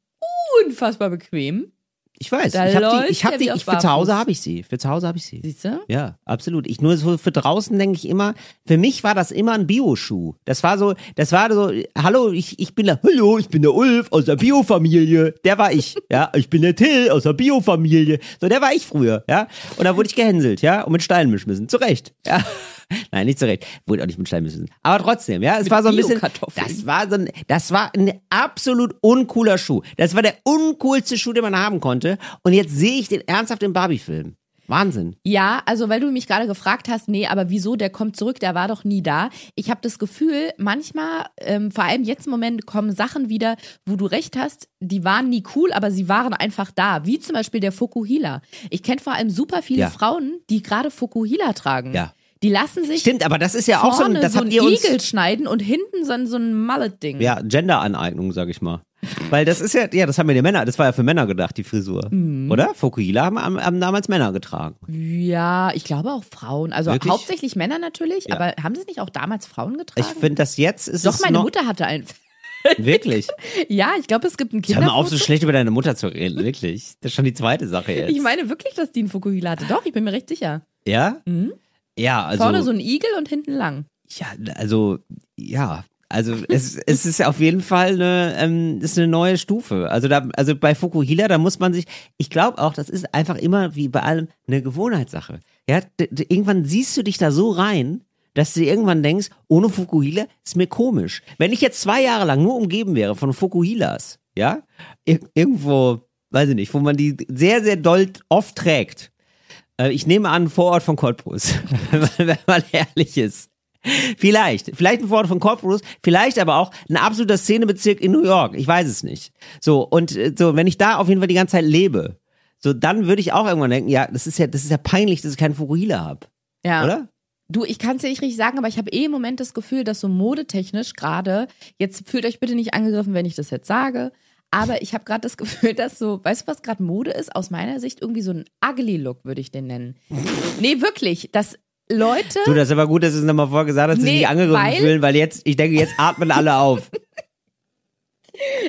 S4: unfassbar bequem.
S3: Ich weiß.
S4: Da
S3: ich habe
S4: läuft
S3: die, ich hab
S4: ja
S3: die,
S4: wie auf
S3: ich, für zu Hause
S4: Barfuß.
S3: habe ich sie. Für zu Hause habe ich sie.
S4: Siehst du?
S3: Ja, absolut. Ich nur so für draußen denke ich immer, für mich war das immer ein Bioschuh. Das war so, das war so, hallo, ich, ich bin der, hallo, ich bin der Ulf aus der Biofamilie. Der war ich, ja. Ich bin der Till aus der Biofamilie. So, der war ich früher, ja. Und da wurde ich gehänselt, ja, und mit Steinen beschmissen. Zu Recht, ja. <laughs> Nein, nicht zu Recht. Wurde auch nicht mit Steinen beschmissen. Aber trotzdem, ja, es war so ein bisschen,
S4: Bio-Kartoffeln.
S3: das war so ein, das war ein absolut uncooler Schuh. Das war der uncoolste Schuh, den man haben konnte. Und jetzt sehe ich den ernsthaft im Barbie-Film. Wahnsinn.
S4: Ja, also weil du mich gerade gefragt hast, nee, aber wieso, der kommt zurück, der war doch nie da. Ich habe das Gefühl, manchmal, ähm, vor allem jetzt im Moment, kommen Sachen wieder, wo du recht hast, die waren nie cool, aber sie waren einfach da. Wie zum Beispiel der Fokuhila. Ich kenne vor allem super viele
S3: Ja.
S4: Frauen, die gerade Fokuhila tragen.
S3: Ja.
S4: Die lassen sich
S3: Stimmt, aber das ist ja auch so ein,
S4: vorne
S3: das
S4: so
S3: habt
S4: einen
S3: ihr uns,
S4: Igel schneiden und hinten so ein, so ein Mullet-Ding.
S3: ja, Genderaneignung, sag ich mal. <laughs> Weil das ist ja, ja, das haben ja die Männer, das war ja für Männer gedacht, die Frisur. Oder? Fukuhila haben, haben, haben damals Männer getragen.
S4: Mhm. Ja, ich glaube auch Frauen. Also
S3: Wirklich?
S4: hauptsächlich Männer natürlich, aber haben sie es nicht auch damals Frauen
S3: Ich
S4: getragen?
S3: finde, das jetzt ist
S4: Doch,
S3: es
S4: meine
S3: noch,
S4: Mutter hatte einen. <laughs>
S3: Wirklich.
S4: Ja, ich glaube, es gibt ein
S3: Hör mal auf,
S4: Kinderfoto.
S3: so schlecht über deine Mutter zu reden. Wirklich. Das ist schon die zweite Sache jetzt.
S4: Ich meine wirklich, dass die einen Fukuhila hatte. Doch, ich bin mir recht sicher.
S3: ja?
S4: Mhm.
S3: Ja, also.
S4: Vorne so ein Igel und hinten lang.
S3: Ja, also, ja. Also es, es ist auf jeden Fall eine, ähm, ist eine neue Stufe. Also da, also bei Fukuhila, da muss man sich, ich glaube auch, das ist einfach immer wie bei allem eine Gewohnheitssache. Ja, d- d- irgendwann siehst du dich da so rein, dass du dir irgendwann denkst, ohne Fukuhila ist mir komisch. Wenn ich jetzt zwei Jahre lang nur umgeben wäre von Fukuhilas, ja, ir irgendwo, weiß ich nicht, wo man die sehr, sehr doll oft trägt. Äh, Ich nehme an, Vorort von Cottbus, <laughs> wenn man- wenn man ehrlich ist. Vielleicht. Vielleicht ein Vorort von Corpus, vielleicht aber auch ein absoluter Szenebezirk in New York. Ich weiß es nicht. So, und äh, so, wenn ich da auf jeden Fall die ganze Zeit lebe, so, dann würde ich auch irgendwann denken, ja, das ist ja, das ist ja peinlich, dass ich keinen Fukuhila habe,
S4: Ja.
S3: oder?
S4: Du, ich kann es ja nicht richtig sagen, aber ich habe eh im Moment das Gefühl, dass so modetechnisch gerade, jetzt fühlt euch bitte nicht angegriffen, wenn ich das jetzt sage, aber ich habe gerade das Gefühl, dass so, weißt du, was gerade Mode ist? Aus meiner Sicht irgendwie so ein ugly Look, würde ich den
S3: <laughs>
S4: nennen. nee, wirklich, dass Leute,
S3: Du, das ist aber gut, dass du es nochmal vorher gesagt hast, dass
S4: Nee,
S3: ich nicht angegriffen
S4: weil-
S3: fühlen, weil jetzt, ich denke, jetzt atmen
S4: <laughs>
S3: alle auf.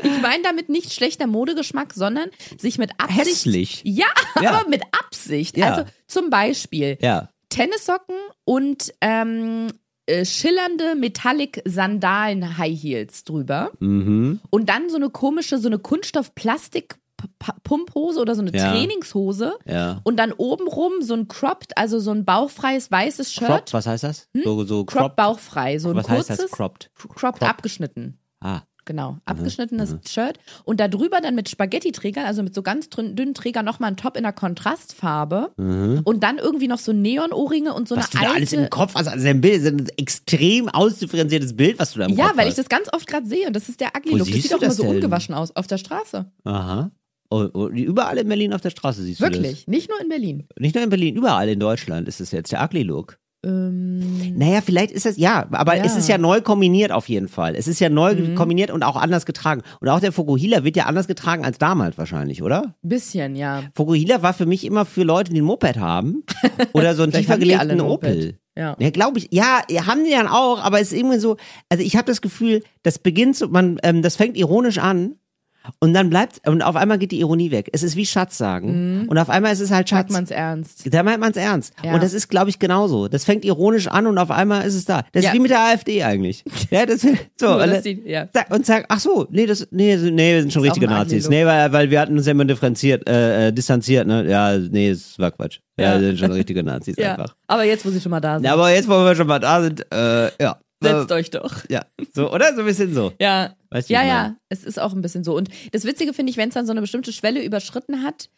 S4: ich meine damit nicht schlechter Modegeschmack, sondern sich mit Absicht.
S3: Hässlich.
S4: Ja, <laughs>
S3: Ja.
S4: aber mit Absicht.
S3: Ja.
S4: Also zum Beispiel
S3: Ja.
S4: Tennissocken und ähm, äh, schillernde Metallic-Sandalen High Heels drüber.
S3: Mhm.
S4: Und dann so eine komische, so eine Kunststoff-Plastik-Pumphose oder so eine
S3: Ja.
S4: Trainingshose.
S3: Ja.
S4: Und dann obenrum so ein cropped, also so ein bauchfreies weißes
S3: Cropped,
S4: Shirt.
S3: was heißt das? So, so
S4: Cropped,
S3: cropped.
S4: bauchfrei. So ein
S3: was heißt
S4: kurzes,
S3: das? Cropped.
S4: cropped,
S3: Crop-
S4: abgeschnitten.
S3: Ah.
S4: Genau, abgeschnittenes Shirt. Und darüber dann mit Spaghetti-Trägern, also mit so ganz drün- dünnen Trägern, nochmal ein Top in der Kontrastfarbe. Und dann irgendwie noch so Neon-Ohrringe und so
S3: Mhm. Was du
S4: eine
S3: da
S4: alte...
S3: alles im Kopf hast, also ein Bild, ist ein extrem ausdifferenziertes Bild, was du da im
S4: ja,
S3: Kopf
S4: weil
S3: hast.
S4: ich das ganz oft gerade sehe und das ist der
S3: Wo
S4: ugly Look. Das
S3: siehst
S4: sieht
S3: du
S4: doch immer
S3: das
S4: so
S3: denn?
S4: ungewaschen aus auf der Straße.
S3: Aha. Und, und überall in Berlin auf der Straße siehst du
S4: Wirklich, nicht nur in Berlin.
S3: das. Nicht nur in Berlin, überall in Deutschland ist es jetzt der Ugly Look.
S4: Ähm,
S3: Naja, vielleicht ist das, ja, Mhm. aber
S4: Ja.
S3: es ist ja neu kombiniert auf jeden Fall. Es ist ja neu kombiniert und auch anders getragen. Und auch der Fukuhila wird ja anders getragen als damals wahrscheinlich, oder?
S4: bisschen, ja.
S3: Fukuhila war für mich immer für Leute, die ein Moped <laughs> haben oder so einen
S4: Vielleicht
S3: tiefer
S4: haben die alle
S3: gelegten
S4: ein Moped.
S3: Opel.
S4: Ja.
S3: Ja, glaube ich. Ja, haben die dann auch, aber es ist irgendwie so, also ich habe das Gefühl, das beginnt so, man, ähm, das fängt ironisch an und dann bleibt, und auf einmal geht die Ironie weg. Es ist wie Schatz sagen und auf einmal ist es halt
S4: Mhm. Sagt
S3: Schatz.
S4: man's ernst.
S3: Da meint man es ernst.
S4: Ja.
S3: Und das ist, glaube ich, genauso. Das fängt ironisch an und auf einmal ist es da. Das
S4: Ja.
S3: ist wie mit der AfD eigentlich.
S4: <laughs>
S3: Ja, das, so,
S4: Nur,
S3: und
S4: dass
S3: das-
S4: die- ja.
S3: Zack, und sag, ach so, nee, das, nee, nee, wir sind schon
S4: Ist
S3: richtige
S4: auch ein
S3: Nazis.
S4: Ugly
S3: Nee, weil, weil wir hatten uns ja immer differenziert, äh, äh, distanziert, ne? Ja, nee, es war Quatsch. Ja,
S4: Ja.
S3: wir
S4: <laughs>
S3: sind schon richtige Nazis
S4: Ja.
S3: einfach.
S4: Aber jetzt, wo sie schon mal da sind,
S3: Na, aber jetzt, wo wir schon mal da sind, äh, ja.
S4: setzt
S3: äh,
S4: euch Also doch.
S3: ja, so, oder? So ein bisschen so.
S4: Ja.
S3: Weißt du,
S4: Ja,
S3: ich
S4: ja, es ist auch ein bisschen so. Und das Witzige finde ich, wenn es dann so eine bestimmte Schwelle überschritten hat,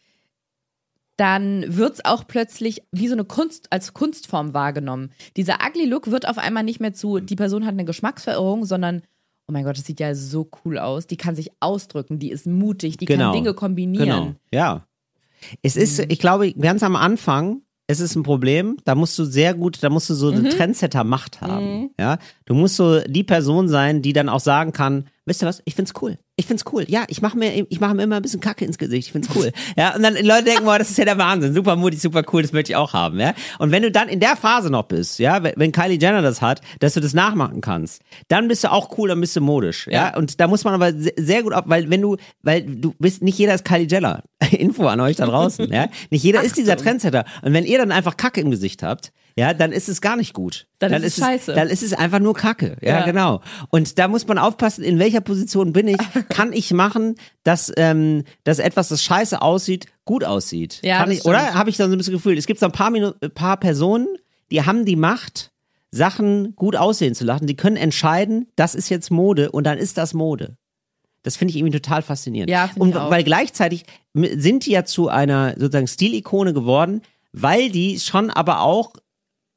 S4: dann wird es auch plötzlich wie so eine Kunst, als Kunstform wahrgenommen. Dieser ugly Look wird auf einmal nicht mehr zu, die Person hat eine Geschmacksverirrung, sondern, oh mein Gott, das sieht ja so cool aus. Die kann sich ausdrücken, die ist mutig, die
S3: Genau.
S4: kann Dinge kombinieren.
S3: Genau, ja. Es ist, ich glaube, ganz am Anfang, es ist ein Problem, da musst du sehr gut, da musst du so eine
S4: Mhm.
S3: Trendsetter-Macht haben. Ja? Du musst so die Person sein, die dann auch sagen kann, wisst ihr was, ich find's cool. Ich find's cool. Ja, ich mache mir, ich mache mir immer ein bisschen Kacke ins Gesicht. Ich find's
S4: <laughs>
S3: cool. Ja, und dann die Leute denken, boah, das ist ja der Wahnsinn. Super mutig, super cool, das möchte ich auch haben. Ja, ne? und wenn du dann in der Phase noch bist, ja, wenn- wenn Kylie Jenner das hat, dass du das nachmachen kannst, dann bist du auch cool, dann bist du modisch. Ja, und da muss man aber se- sehr gut auf, weil wenn du, weil du bist, nicht jeder ist Kylie Jenner. <laughs> Info an euch da draußen. ja, nicht jeder ist dieser Trendsetter. Und wenn ihr dann einfach Kacke im Gesicht habt, ja, dann ist es gar nicht gut.
S4: Dann ist es scheiße.
S3: dann ist es einfach nur Kacke. Ja,
S4: Ja.
S3: genau. Und da muss man aufpassen, in welcher Position bin
S4: <laughs>
S3: ich? Kann ich machen, dass, ähm, dass etwas, das scheiße aussieht, gut aussieht?
S4: Ja,
S3: Kann
S4: das
S3: ich,
S4: stimmt.
S3: oder habe ich dann so ein bisschen Gefühl, es gibt so ein paar, Minu äh, paar Personen, die haben die Macht, Sachen gut aussehen zu lassen. Die können entscheiden, das ist jetzt Mode und dann ist das Mode. Das finde ich irgendwie total faszinierend.
S4: Ja, finde
S3: und
S4: ich auch.
S3: weil gleichzeitig m- sind die ja zu einer sozusagen Stilikone geworden, weil die schon aber auch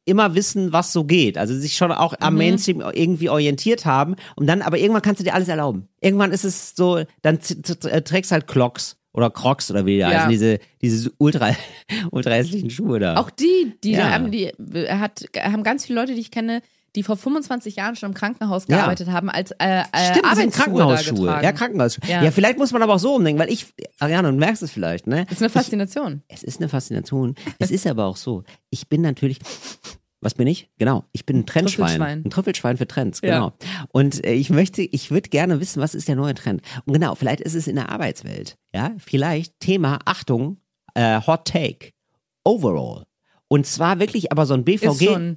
S3: immer wissen, was so geht. Also sich schon auch
S4: Mhm.
S3: am Mainstream irgendwie orientiert haben. Und dann, aber irgendwann kannst du dir alles erlauben. Irgendwann ist es so, dann z- z- äh, trägst halt Clocks oder Crocs oder wie die
S4: Ja.
S3: heißen, diese, diese ultra, <laughs> ultra hässlichen Schuhe da.
S4: Auch die, die,
S3: Ja.
S4: haben, die äh, hat, haben ganz viele Leute, die ich kenne, die vor 25 Jahren schon im Krankenhaus
S3: Ja.
S4: gearbeitet haben, als äh, äh,
S3: Stimmt, das sind
S4: Arbeitsschuhe
S3: Krankenhausschuhe.
S4: da getragen.
S3: Ja, Krankenhausschuhe. Ja.
S4: Ja.
S3: vielleicht muss man aber auch so umdenken, weil ich, Ariane, du merkst es vielleicht, ne?
S4: ist eine Faszination.
S3: Es ist eine Faszination. Es ist aber auch so. Ich bin natürlich, Was bin ich? Genau, ich bin ein Trendschwein.
S4: Trüffelschwein.
S3: Ein Trüffelschwein für Trends,
S4: Ja.
S3: genau. Und äh, ich möchte, ich würde gerne wissen, was ist der neue Trend? Und genau, vielleicht ist es in der Arbeitswelt. Ja, vielleicht Thema, Achtung, äh, Hot Take, Overall. Und zwar wirklich aber so ein BVG.
S4: Ist schon.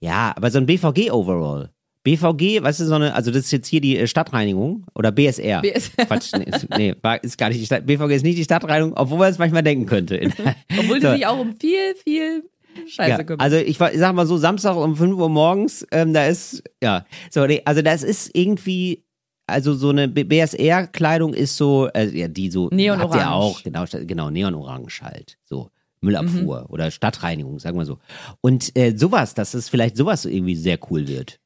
S3: Ja, aber so ein BVG-Overall. BVG, weißt du, so eine, also das ist jetzt hier die äh, Stadtreinigung oder BSR.
S4: BSR.
S3: Quatsch, nee, ist, nee, war- ist gar nicht die Stadt. BVG ist nicht die Stadtreinigung, obwohl man es manchmal denken könnte.
S4: <laughs> Obwohl
S3: So.
S4: die sich auch um viel, viel Scheiße
S3: ja,
S4: kümmern.
S3: also ich, war- ich sag mal so, Samstag um 5 Uhr morgens, ähm, da ist, ja, so, nee, also das ist irgendwie, also so eine BSR-Kleidung ist so, äh, ja, die so,
S4: Neonorange.
S3: habt ihr auch, genau, sta- genau, Neonorange halt, so. Müllabfuhr oder Stadtreinigung, sagen wir so. Und äh, sowas, dass es vielleicht sowas irgendwie sehr cool wird.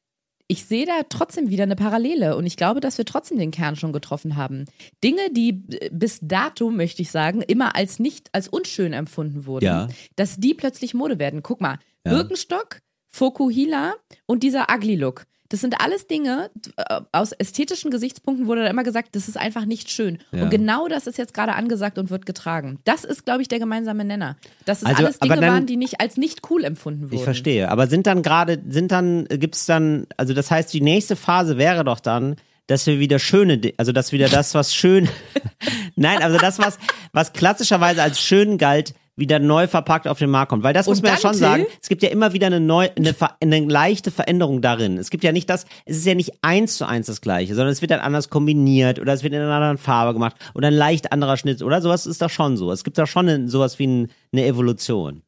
S4: ich sehe da trotzdem wieder eine Parallele und ich glaube, dass wir trotzdem den Kern schon getroffen haben. Dinge, die äh, bis dato, möchte ich sagen, immer als nicht, als unschön empfunden wurden,
S3: Ja.
S4: dass die plötzlich Mode werden. Guck mal,
S3: Ja.
S4: Birkenstock, Fokuhila und dieser Ugly Look. Das sind alles Dinge, äh, aus ästhetischen Gesichtspunkten wurde da immer gesagt, das ist einfach nicht schön.
S3: Ja.
S4: Und genau das ist jetzt gerade angesagt und wird getragen. Das ist, glaube ich, der gemeinsame Nenner. Dass es
S3: Also,
S4: alles
S3: aber
S4: Dinge
S3: dann-
S4: waren, die nicht als nicht cool empfunden wurden.
S3: Ich verstehe. Aber sind dann gerade, sind dann, äh, gibt's dann, also das heißt, die nächste Phase wäre doch dann, dass wir wieder schöne, Di- also dass wieder das, was schön, <laughs> nein, also das, was, was klassischerweise als schön galt, wieder neu verpackt auf den Markt kommt. Weil das muss
S4: Und
S3: man ja
S4: dann,
S3: schon
S4: Till?
S3: sagen, es gibt ja immer wieder eine, neu, eine, ver- eine leichte Veränderung darin. Es gibt ja nicht das, es ist ja nicht eins zu eins das Gleiche, sondern es wird dann anders kombiniert oder es wird in einer anderen Farbe gemacht oder ein leicht anderer Schnitt oder sowas ist doch schon so. Es gibt doch schon eine, sowas wie ein, eine Evolution.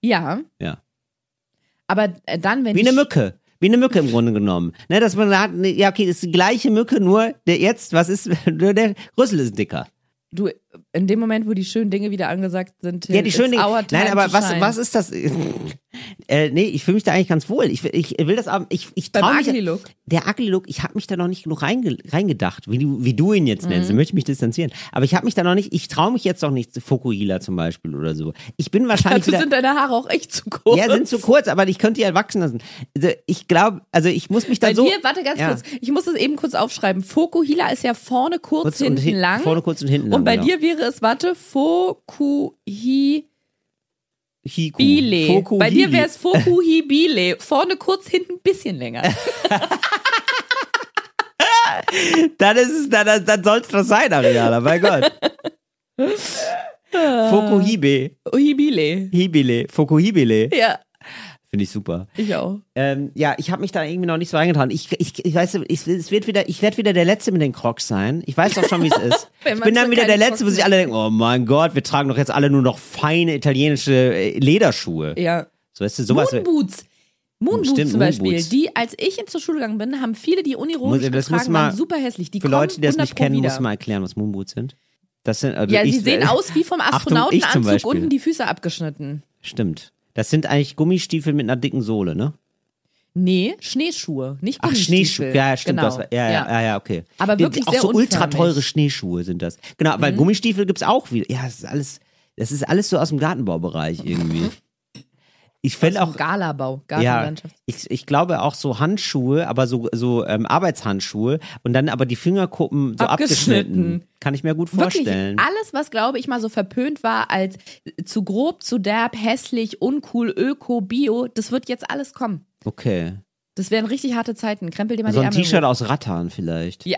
S4: Ja,
S3: Ja.
S4: aber äh, dann, wenn
S3: Wie
S4: die
S3: eine Mücke. Wie eine Mücke im Grunde genommen. Ne, dass man sagt, ne, ja, okay, das ist die gleiche Mücke, nur der jetzt, was ist, <laughs> nur der Rüssel ist dicker.
S4: Du, in dem Moment, wo die schönen Dinge wieder angesagt sind, äh,
S3: Ja, die
S4: it's
S3: schöne.
S4: our time
S3: Nein, aber
S4: to
S3: was,
S4: shine.
S3: was ist das? <laughs> Äh, nee, ich fühle mich da eigentlich ganz wohl. Ich, will- ich will das aber, ich, ich
S4: Beim
S3: traue mich.
S4: Ugly Look.
S3: Der Ugly Look, ich habe mich da noch nicht genug reinge, reingedacht, wie du, wie du ihn jetzt
S4: Mhm.
S3: nennst. Da möchte ich mich distanzieren. Aber ich habe mich da noch nicht, ich traue mich jetzt noch nicht zu Fokuhila zum Beispiel oder so. Ich bin wahrscheinlich.
S4: Dazu
S3: wieder-
S4: Also sind deine Haare auch echt zu kurz.
S3: ja, sind zu kurz, aber ich könnte die halt wachsen lassen. Also ich glaube, also ich muss mich da
S4: Bei
S3: so.
S4: dir, warte ganz
S3: Ja.
S4: kurz, ich muss das eben kurz aufschreiben. Fokuhila ist ja vorne kurz,
S3: Kurz und
S4: hinten
S3: hin-
S4: lang.
S3: vorne kurz und hinten lang,
S4: Und bei
S3: genau.
S4: dir wäre es, warte, Fokuhibile.
S3: Hiku.
S4: Bei dir
S3: Fokuhili.
S4: wäre es Fokuhibile. Vorne kurz, hinten ein bisschen länger.
S3: <laughs> Dann ist es, dann, dann, dann soll es das sein, Ariana,
S4: <laughs>
S3: mein Gott. Fokuhibe,
S4: Hibile.
S3: Hibile, Fokuhibile.
S4: Ja,
S3: Finde ich super.
S4: ich auch.
S3: Ähm, ja, ich habe mich da irgendwie noch nicht so reingetraut. Ich, ich, ich weiß, ich, es wird wieder, ich werde wieder der Letzte mit den Crocs sein. Ich weiß doch
S4: <laughs>
S3: schon, wie es ist.
S4: Wenn
S3: ich
S4: man
S3: bin dann
S4: schon
S3: wieder der
S4: keine
S3: Letzte, wo
S4: Crocs
S3: sich alle denken, oh mein Gott, wir tragen doch jetzt alle nur noch feine italienische äh, Lederschuhe.
S4: Ja.
S3: So, weißt du, sowas.
S4: Moonboots. Moonboots
S3: Stimmt,
S4: zum Beispiel,
S3: Moonboots.
S4: die, als ich in zur Schule gegangen bin, haben viele die unironisch
S3: Muss- das muss
S4: getragen,
S3: mal-
S4: waren super hässlich. Die
S3: Für Leute, die das nicht kennen,
S4: wieder.
S3: muss man erklären, was Moonboots sind. Das sind, also
S4: Ja,
S3: ich,
S4: sie
S3: <laughs>
S4: sehen aus wie vom
S3: Achtung, ich zum
S4: Astronautenanzug
S3: Beispiel.
S4: unten die Füße abgeschnitten.
S3: Stimmt. Das sind eigentlich Gummistiefel mit einer dicken Sohle, ne?
S4: Nee, Schneeschuhe, nicht
S3: Ach, Schneeschuhe.
S4: Gummistiefel.
S3: Ja, stimmt.
S4: Genau.
S3: Das, ja, ja, ja, ja, okay.
S4: Aber
S3: Die-
S4: wirklich
S3: Auch
S4: sehr
S3: so ultra
S4: unförmig. Mhm.
S3: teure Schneeschuhe sind das. Genau, weil Gummistiefel gibt's auch wieder. Ja, das ist alles, das ist alles so aus dem Gartenbaubereich
S4: Mhm.
S3: irgendwie. Ich fände auch,
S4: Galabau,
S3: ja,
S4: Gartenlandschaft.
S3: ich, ich glaube auch so Handschuhe, aber so, so ähm, Arbeitshandschuhe und dann aber die Fingerkuppen so abgeschnitten.
S4: Abgeschnitten.
S3: Kann ich mir gut
S4: Wirklich Ah.
S3: vorstellen.
S4: alles, was glaube ich mal so verpönt war als zu grob, zu derb, hässlich, uncool, öko, bio, das wird jetzt alles kommen.
S3: okay.
S4: Das wären richtig harte Zeiten. Krempel dir mal
S3: So
S4: die
S3: ein
S4: Ärmel <laughs>
S3: T-Shirt aus Rattan vielleicht.
S4: hoch. Ja,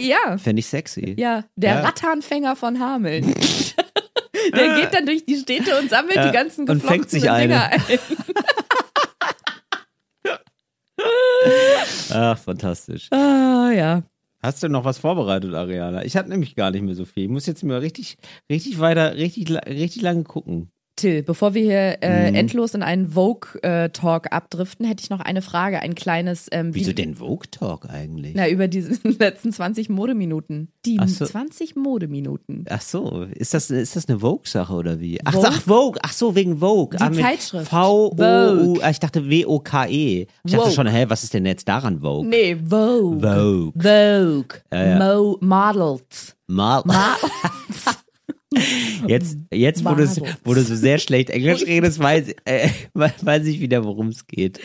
S4: ja.
S3: Fände ich sexy.
S4: Ja, der
S3: Ja.
S4: Rattanfänger von Hameln. <laughs> der geht dann durch die Städte und sammelt
S3: Ja,
S4: die ganzen
S3: und
S4: geflochtenen
S3: fängt sich
S4: Dinger ein.
S3: Ach, fantastisch. <laughs>
S4: Ah, ja.
S3: Hast du noch was vorbereitet, Ariana? Ich habe nämlich gar nicht mehr so viel. Ich muss jetzt mal richtig, richtig weiter, richtig, la- richtig lange gucken.
S4: Till, bevor wir hier äh,
S3: Mhm.
S4: endlos in einen Vogue-Talk äh, abdriften, hätte ich noch eine Frage, ein kleines. Ähm, wie-
S3: Wieso denn Vogue Talk eigentlich?
S4: Na, über die <laughs> letzten 20 Modeminuten. Die
S3: Ach so.
S4: 20 Modeminuten.
S3: Ach so, ist das, ist das eine Vogue-Sache oder wie? Ach,
S4: Vogue?
S3: ach Vogue, ach so, wegen Vogue.
S4: Die
S3: ah, mit
S4: Zeitschrift.
S3: V O U,
S4: Vogue.
S3: ah, ich dachte W O K E. Ich dachte
S4: Vogue.
S3: schon, hä, was ist denn jetzt daran Vogue?
S4: Nee, Vogue.
S3: Vogue.
S4: Vogue.
S3: Ja, ja.
S4: Mo Models.
S3: Mal.
S4: Ma
S3: <laughs> Jetzt, jetzt wo, du,
S4: Barbox.
S3: wo du so sehr schlecht Englisch redest, weiß, äh, <laughs> weiß ich wieder, worum es geht.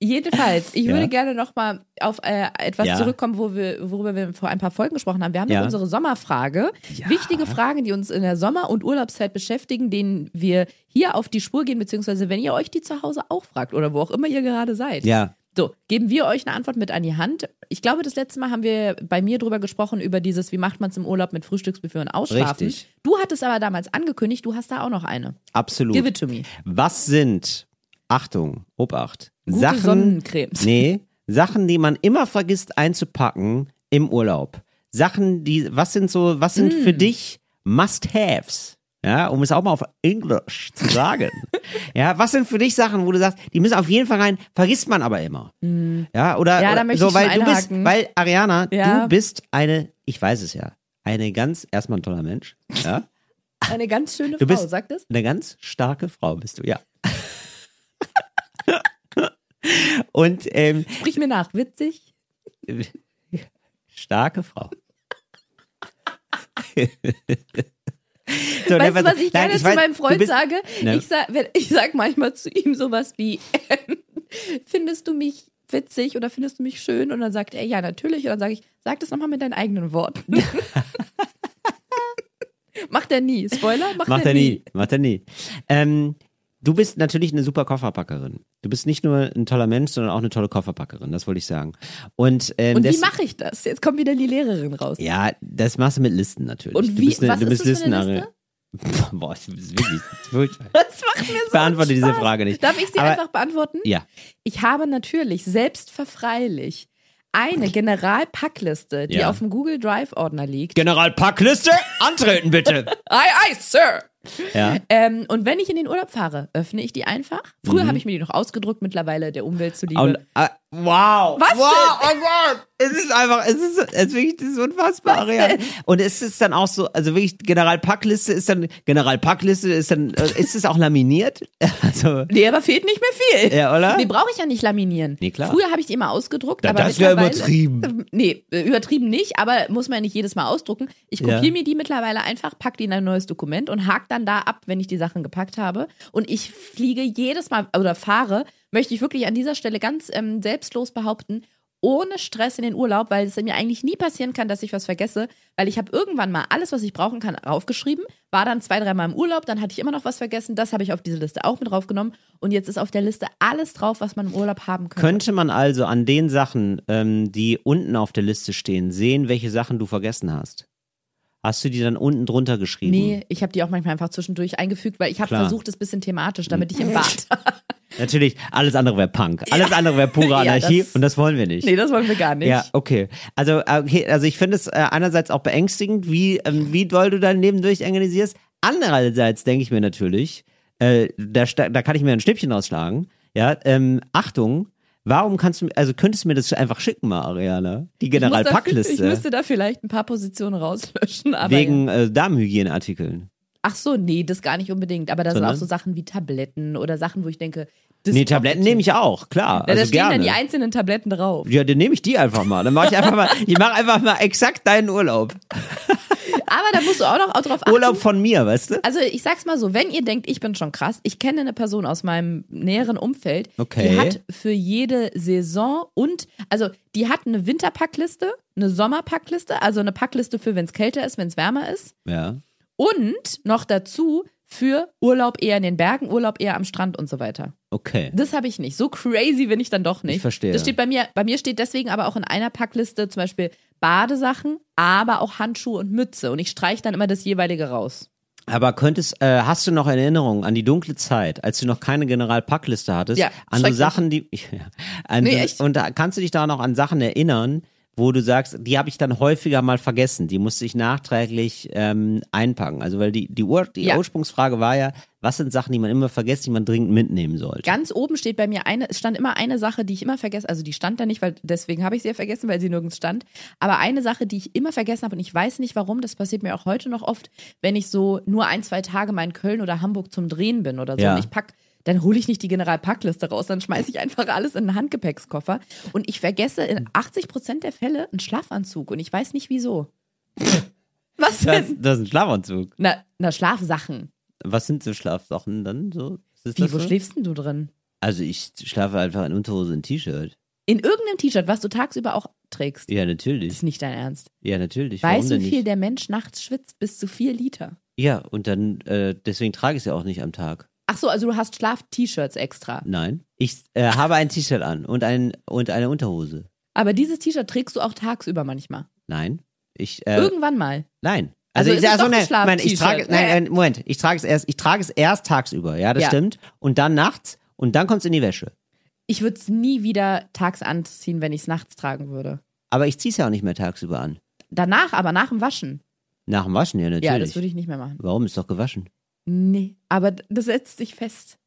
S4: Jedenfalls, ich
S3: Ja.
S4: würde gerne nochmal auf äh, etwas
S3: Ja.
S4: zurückkommen, wo wir, worüber wir vor ein paar Folgen gesprochen haben. Wir haben
S3: Ja.
S4: noch unsere Sommerfrage. Wichtige Fragen, die uns in der Sommer- und Urlaubszeit beschäftigen, denen wir hier auf die Spur gehen, beziehungsweise wenn ihr euch die zu Hause auch fragt oder wo auch immer ihr gerade seid.
S3: Ja,
S4: So, geben wir euch eine Antwort mit an die Hand. Ich glaube, das letzte Mal haben wir bei mir drüber gesprochen, über dieses, wie macht man es im Urlaub mit Frühstücksbuffet und Ausschlafen.
S3: Richtig.
S4: Du hattest aber damals angekündigt, du hast da auch noch eine.
S3: absolut.
S4: Give it to me.
S3: Was sind, Achtung, Obacht,
S4: Gute
S3: Sachen,
S4: Sonnencremes.
S3: nee, Sachen, die man immer vergisst einzupacken im Urlaub? Sachen, die, was sind so, was sind
S4: Mm.
S3: für dich Must-Haves? Ja, um es auch mal auf Englisch zu
S4: <laughs>
S3: sagen. ja, was sind für dich Sachen, wo du sagst, die müssen auf jeden Fall rein, vergisst man aber immer. Ja, oder
S4: Mm. Ja, da
S3: oder
S4: möchte
S3: so,
S4: ich
S3: weil
S4: schon
S3: du bist,
S4: einhaken.
S3: weil Ariana,
S4: Ja.
S3: du bist eine, ich weiß es ja, eine ganz, erstmal ein toller Mensch, ja,
S4: Eine ganz schöne Frau,
S3: Du bist-
S4: sagt es?
S3: eine ganz starke Frau bist du, ja. <laughs> Und ähm,
S4: Sprich mir nach, witzig.
S3: starke Frau. so,
S4: Weißt du,
S3: ne,
S4: was ich
S3: nein,
S4: gerne zu
S3: weiß,
S4: meinem
S3: du
S4: Freund
S3: bist-
S4: sage?
S3: Ne.
S4: Ich, sag, wenn, ich sag manchmal zu ihm sowas wie, ähm, findest du mich witzig oder findest du mich schön? Und dann sagt er, ja, natürlich. Und dann sage ich, sag das nochmal mit deinen eigenen
S3: <laughs>
S4: Worten. Macht er nie. Spoiler, macht,
S3: Macht er nie, macht er nie. Ähm, du bist natürlich eine super Kofferpackerin. Du bist nicht nur ein toller Mensch, sondern auch eine tolle Kofferpackerin, das wollte ich sagen. Und, ähm,
S4: Und wie
S3: des-
S4: mache ich das? Jetzt kommt wieder die Lehrerin raus.
S3: Ja, das machst du mit Listen natürlich.
S4: Und
S3: du
S4: wie-
S3: bist eine,
S4: was
S3: du
S4: ist
S3: bist
S4: das für eine
S3: Listenare- <laughs> Boah, das ist wirklich furchtbar.
S4: Das macht mir so
S3: Ich beantworte
S4: einen
S3: diese
S4: Spaß.
S3: Frage nicht.
S4: Darf ich sie
S3: Aber-
S4: einfach beantworten?
S3: Ja.
S4: Ich habe natürlich selbstverfreilich eine Generalpackliste, die
S3: Ja.
S4: auf dem Google Drive-Ordner liegt.
S3: General Packliste,
S4: <laughs>
S3: antreten bitte.
S4: Aye, aye, Sir!
S3: ja.
S4: Ähm, und wenn ich in den Urlaub fahre, öffne ich die einfach. Früher
S3: Mhm.
S4: habe ich mir die noch ausgedruckt, mittlerweile der Umwelt zuliebe.
S3: Und, äh, wow.
S4: Was
S3: wow, denn? Oh Gott. Es ist einfach, es ist, es ist wirklich, das ist unfassbar, Ariane. Und es ist dann auch so, also wirklich Generalpackliste ist dann, Generalpackliste ist dann, äh, ist es auch laminiert? <laughs> Also,
S4: nee, aber fehlt nicht mehr viel.
S3: Ja, oder?
S4: Nee, brauche ich ja nicht laminieren.
S3: Nee, klar.
S4: Früher habe ich die immer ausgedruckt,
S3: Ja,
S4: aber
S3: das wär
S4: mittlerweile-
S3: übertrieben.
S4: Nee, äh, übertrieben nicht, aber muss man ja nicht jedes Mal ausdrucken. Ich
S3: Ja.
S4: kopiere mir die mittlerweile einfach, packe die in ein neues Dokument und hake dann da ab, wenn ich die Sachen gepackt habe. Und ich fliege jedes Mal oder fahre, möchte ich wirklich an dieser Stelle ganz ähm, selbstlos behaupten, ohne Stress in den Urlaub, weil es mir eigentlich nie passieren kann, dass ich was vergesse, weil ich habe irgendwann mal alles, was ich brauchen kann, aufgeschrieben, war dann zwei, dreimal im Urlaub, dann hatte ich immer noch was vergessen, das habe ich auf diese Liste auch mit draufgenommen und jetzt ist auf der Liste alles drauf, was man im Urlaub haben könnte.
S3: könnte man also an den Sachen, ähm, die unten auf der Liste stehen, sehen, welche Sachen du vergessen hast? Hast du die dann unten drunter geschrieben?
S4: Nee, ich habe die auch manchmal einfach zwischendurch eingefügt, weil ich habe
S3: Klar. Mhm.
S4: versucht, es ein bisschen thematisch, damit ich im Bad. <laughs>
S3: Natürlich, alles andere wäre Punk. Alles andere wäre
S4: <laughs>
S3: pure
S4: Ja,
S3: Anarchie
S4: das-
S3: und das wollen wir nicht.
S4: nee, das wollen wir gar nicht.
S3: Ja, okay. Also, okay, also ich finde es äh, einerseits auch beängstigend, wie, ähm, wie doll du dein Leben durchorganisierst. Andererseits denke ich mir natürlich, äh, da, sta- da kann ich mir ein Schnippchen rausschlagen. Ja, ähm, Achtung, warum kannst du, also könntest du mir das einfach schicken mal, Ariana? Die
S4: Ich muss da- Ich
S3: Generalpackliste.
S4: müsste da vielleicht ein paar Positionen rauslöschen. Aber
S3: Wegen äh, Darmhygieneartikeln.
S4: Ach so, nee, das gar nicht unbedingt. Aber da sind
S3: Sondern?
S4: auch so Sachen wie Tabletten oder Sachen, wo ich denke, das
S3: Nee, Tabletten nehme ich auch, klar.
S4: Ja, da
S3: also
S4: stehen
S3: gerne.
S4: dann die einzelnen Tabletten drauf.
S3: ja, dann nehme ich die einfach mal. Dann mache ich einfach mal, ich mache einfach mal exakt deinen Urlaub.
S4: Aber da musst du auch noch auch drauf achten.
S3: Urlaub von mir, weißt du?
S4: Also ich sag's mal so, wenn ihr denkt, ich bin schon krass, ich kenne eine Person aus meinem näheren Umfeld,
S3: Okay.
S4: die hat für jede Saison und also die hat eine Winterpackliste, eine Sommerpackliste, also eine Packliste für wenn's kälter ist, wenn's wärmer ist
S3: Ja.
S4: und noch dazu für Urlaub eher in den Bergen, Urlaub eher am Strand und so weiter.
S3: Okay.
S4: Das habe ich nicht. So crazy bin ich dann doch nicht.
S3: Ich verstehe.
S4: Das steht bei mir, bei mir steht deswegen aber auch in einer Packliste zum Beispiel Badesachen, aber auch Handschuhe und Mütze. Und ich streiche dann immer das jeweilige raus.
S3: Aber könntest, äh, hast du noch Erinnerungen an die dunkle Zeit, als du noch keine Generalpackliste hattest?
S4: Ja,
S3: an so
S4: schrecklich.
S3: Sachen, die. <laughs> Ja, an,
S4: Nee, echt.
S3: Und da, kannst du dich da noch an Sachen erinnern, wo du sagst, die habe ich dann häufiger mal vergessen, die musste ich nachträglich ähm, einpacken. Also weil die, die, Ur die
S4: Ja.
S3: Ursprungsfrage war ja, was sind Sachen, die man immer vergisst, die man dringend mitnehmen sollte?
S4: Ganz oben steht bei mir eine, es stand immer eine Sache, die ich immer vergesse, also die stand da nicht, weil deswegen habe ich sie ja vergessen, weil sie nirgends stand. Aber eine Sache, die ich immer vergessen habe und ich weiß nicht warum, das passiert mir auch heute noch oft, wenn ich so nur ein, zwei Tage mal in Köln oder Hamburg zum Drehen bin oder so
S3: Ja.
S4: und ich pack, dann hole ich nicht die Generalpackliste raus, dann schmeiße ich einfach alles in einen Handgepäckskoffer
S3: <laughs>
S4: und ich vergesse in 80 Prozent der Fälle einen Schlafanzug und ich weiß nicht wieso. Was
S3: <laughs> Das,
S4: denn?
S3: das ist ein Schlafanzug.
S4: Na, na Schlafsachen.
S3: Was sind so Schlafsachen dann so? Was ist
S4: Wie,
S3: das
S4: wo
S3: so?
S4: schläfst denn du drin?
S3: Also ich schlafe einfach in Unterhose und T-Shirt.
S4: In irgendeinem T-Shirt, was du tagsüber auch trägst.
S3: Ja,
S4: Das
S3: natürlich.
S4: ist nicht dein Ernst.
S3: Ja, natürlich. Warum
S4: weißt du,
S3: denn
S4: wie viel
S3: nicht?
S4: der Mensch nachts schwitzt? Bis zu vier Liter.
S3: Ja, und dann, äh, deswegen trage ich es ja auch nicht am Tag.
S4: Ach so, also du hast Schlaf-T-Shirts extra.
S3: Nein. Ich äh, habe ein T-Shirt an und, ein, und eine Unterhose.
S4: Aber dieses T-Shirt trägst du auch tagsüber manchmal.
S3: Nein. Ich, äh,
S4: Irgendwann mal.
S3: nein.
S4: Also
S3: ich,
S4: ist es doch ein
S3: nein, nein, ich
S4: Schlaf-T-Shirt.
S3: trage,
S4: Äh.
S3: nein, nein, Moment, ich trage es erst, ich trage es erst tagsüber, ja, das
S4: Ja.
S3: stimmt. Und dann nachts und dann kommt es in die Wäsche.
S4: Ich würde es nie wieder tags anziehen, wenn ich es nachts tragen würde.
S3: Aber ich ziehe es ja auch nicht mehr tagsüber an.
S4: Danach, aber nach dem Waschen.
S3: Nach dem Waschen, ja, natürlich.
S4: Ja, das würde ich nicht mehr machen.
S3: Warum ist doch gewaschen?
S4: Nee, aber d- das setzt sich fest.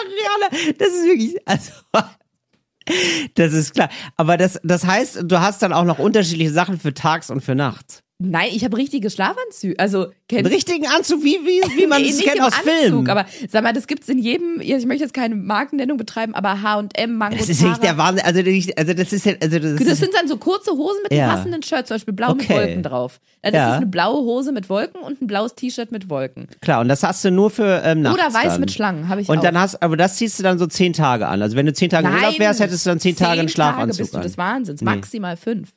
S3: Ariane, das ist wirklich, also, <laughs> das ist klar. Aber das, das heißt, du hast dann auch noch unterschiedliche Sachen für tags und für nachts.
S4: Nein, ich habe richtige Schlafanzüge. Also,
S3: Einen
S4: kennst
S3: richtigen Anzug, wie, wie, wie man
S4: Nee,
S3: es
S4: nicht
S3: kennt
S4: im
S3: aus
S4: Anzug,
S3: Filmen.
S4: Aber sag mal, das gibt's in jedem, ich möchte jetzt keine Markennennung betreiben, aber H&M, Mango,
S3: das ist nicht der
S4: Zara.
S3: Wahnsinn. Also, das- also das ist ja, also das,
S4: das
S3: ist,
S4: sind dann so kurze Hosen mit einem
S3: Ja.
S4: passenden Shirt, zum Beispiel blau mit
S3: Okay.
S4: Wolken drauf. Dann
S3: Ja.
S4: ist es eine blaue Hose mit Wolken und ein blaues T-Shirt mit Wolken.
S3: klar. Und das hast du nur für ähm, nachts.
S4: Oder weiß
S3: dann.
S4: mit Schlangen, habe ich auch.
S3: Und dann hast, aber das ziehst du dann so zehn Tage an. Also wenn du zehn Tage im Urlaub wärst, hättest du dann zehn Tage einen
S4: Tage
S3: Schlafanzug
S4: bist du
S3: an.
S4: des Wahnsinns,
S3: Nee.
S4: maximal fünf.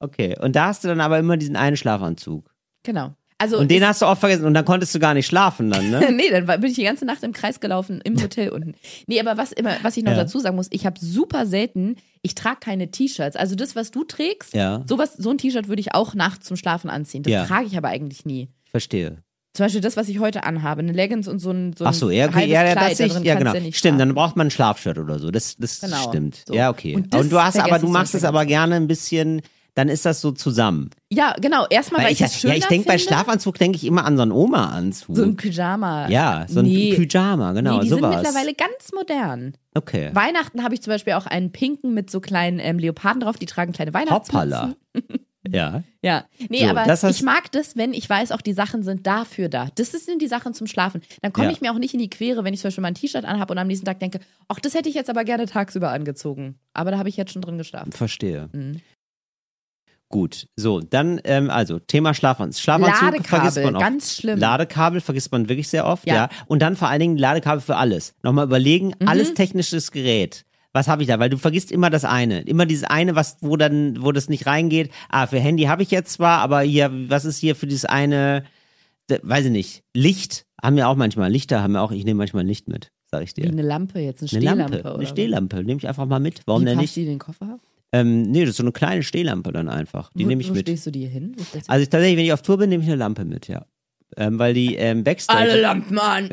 S3: Okay. Und da hast du dann aber immer diesen einen Schlafanzug.
S4: Genau. Also
S3: Und den hast du oft vergessen. Und dann konntest du gar nicht schlafen dann, ne?
S4: <laughs> nee, dann war- bin ich die ganze Nacht im Kreis gelaufen, im Hotel unten. Nee, aber was immer, was ich noch
S3: Ja.
S4: dazu sagen muss, ich habe super selten, ich trage keine T-Shirts. Also das, was du trägst,
S3: Ja.
S4: sowas, so ein T-Shirt würde ich auch nachts zum Schlafen anziehen. Das
S3: Ja.
S4: trage ich aber eigentlich nie.
S3: Verstehe.
S4: Zum Beispiel das, was ich heute anhabe, eine Leggings und so ein, so ein
S3: Ach so, ja, okay,
S4: halbes
S3: ja, ja,
S4: Kleid,
S3: das
S4: da
S3: ich,
S4: drin
S3: ja,
S4: kannst
S3: genau.
S4: du nicht
S3: stimmt, dann
S4: schlafen.
S3: braucht man ein Schlafshirt oder so. Das, das
S4: Genau,
S3: stimmt.
S4: so.
S3: Ja, okay.
S4: Und
S3: Und,
S4: das
S3: du hast aber,
S4: vergesse
S3: du
S4: ich
S3: machst
S4: zum
S3: es
S4: Beispiel
S3: aber gerne ein bisschen, dann ist das so zusammen.
S4: Ja, genau. Erstmal, weil, ich das schön
S3: ja, ich denke bei Schlafanzug denke ich immer an so einen Oma-Anzug.
S4: so ein Pyjama.
S3: ja, so ein
S4: nee.
S3: Pyjama, genau,
S4: nee, die
S3: sowas.
S4: sind mittlerweile ganz modern.
S3: okay.
S4: Weihnachten habe ich zum Beispiel auch einen pinken mit so kleinen ähm, Leoparden drauf, die tragen kleine Weihnachtsplätze. <laughs>
S3: Hoppala. ja.
S4: Ja, nee,
S3: So,
S4: aber
S3: das hast-
S4: ich mag das, wenn ich weiß, auch die Sachen sind dafür da. Das ist- sind die Sachen zum Schlafen. Dann komme
S3: Ja.
S4: ich mir auch nicht in die Quere, wenn ich zum Beispiel mal ein T-Shirt anhabe und am nächsten Tag denke, ach, das hätte ich jetzt aber gerne tagsüber angezogen. Aber da habe ich jetzt schon drin geschlafen.
S3: Verstehe.
S4: Mhm.
S3: Gut. So, dann, ähm, also, Thema Schlafanzug. Schlafanzug vergisst
S4: Ladekabel,
S3: man oft.
S4: ganz schlimm.
S3: Ladekabel vergisst man wirklich sehr oft,
S4: Ja. Mhm.
S3: ja. Und dann vor allen Dingen Ladekabel für alles. Nochmal überlegen, alles technisches Gerät. Was habe ich da? Weil du vergisst immer das eine. Immer dieses eine, was, wo dann, wo das nicht reingeht. Ah, für Handy habe ich jetzt zwar, aber hier, was ist hier für dieses eine, d- weiß ich nicht, Licht haben wir auch manchmal. Lichter haben wir auch, ich nehme manchmal ein Licht mit, sag ich
S4: Wie
S3: dir.
S4: eine Lampe jetzt, eine
S3: Eine
S4: Stehlampe.
S3: Lampe,
S4: oder
S3: eine
S4: was?
S3: Stehlampe, nehme ich einfach mal mit. Warum
S4: Wie
S3: denn
S4: passt
S3: nicht?
S4: die in den Koffer?
S3: Ähm, nee, das ist so eine kleine Stehlampe dann einfach. Die
S4: wo,
S3: nehme ich
S4: wo
S3: mit.
S4: stehst du die hin? Wo stellst du-
S3: Also ich, tatsächlich, wenn ich auf Tour bin, nehme ich eine Lampe mit, ja. Ähm, weil die ähm, Backstage...
S4: Alle Lampen an!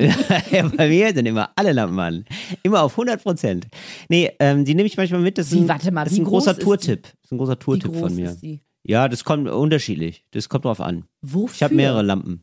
S3: ja, <laughs> bei mir sind immer alle Lampen an. Immer auf 100 Prozent. Nee, ähm, die nehme ich manchmal mit. Das ist
S4: Wie,
S3: ein,
S4: warte mal,
S3: das ist
S4: wie
S3: ein großer
S4: groß ist
S3: Tourtipp. Das ist ein großer
S4: Wie
S3: Tourtipp
S4: groß
S3: von mir.
S4: ist die?
S3: Ja, das kommt unterschiedlich. Das kommt drauf an.
S4: Wofür?
S3: Ich habe mehrere Lampen.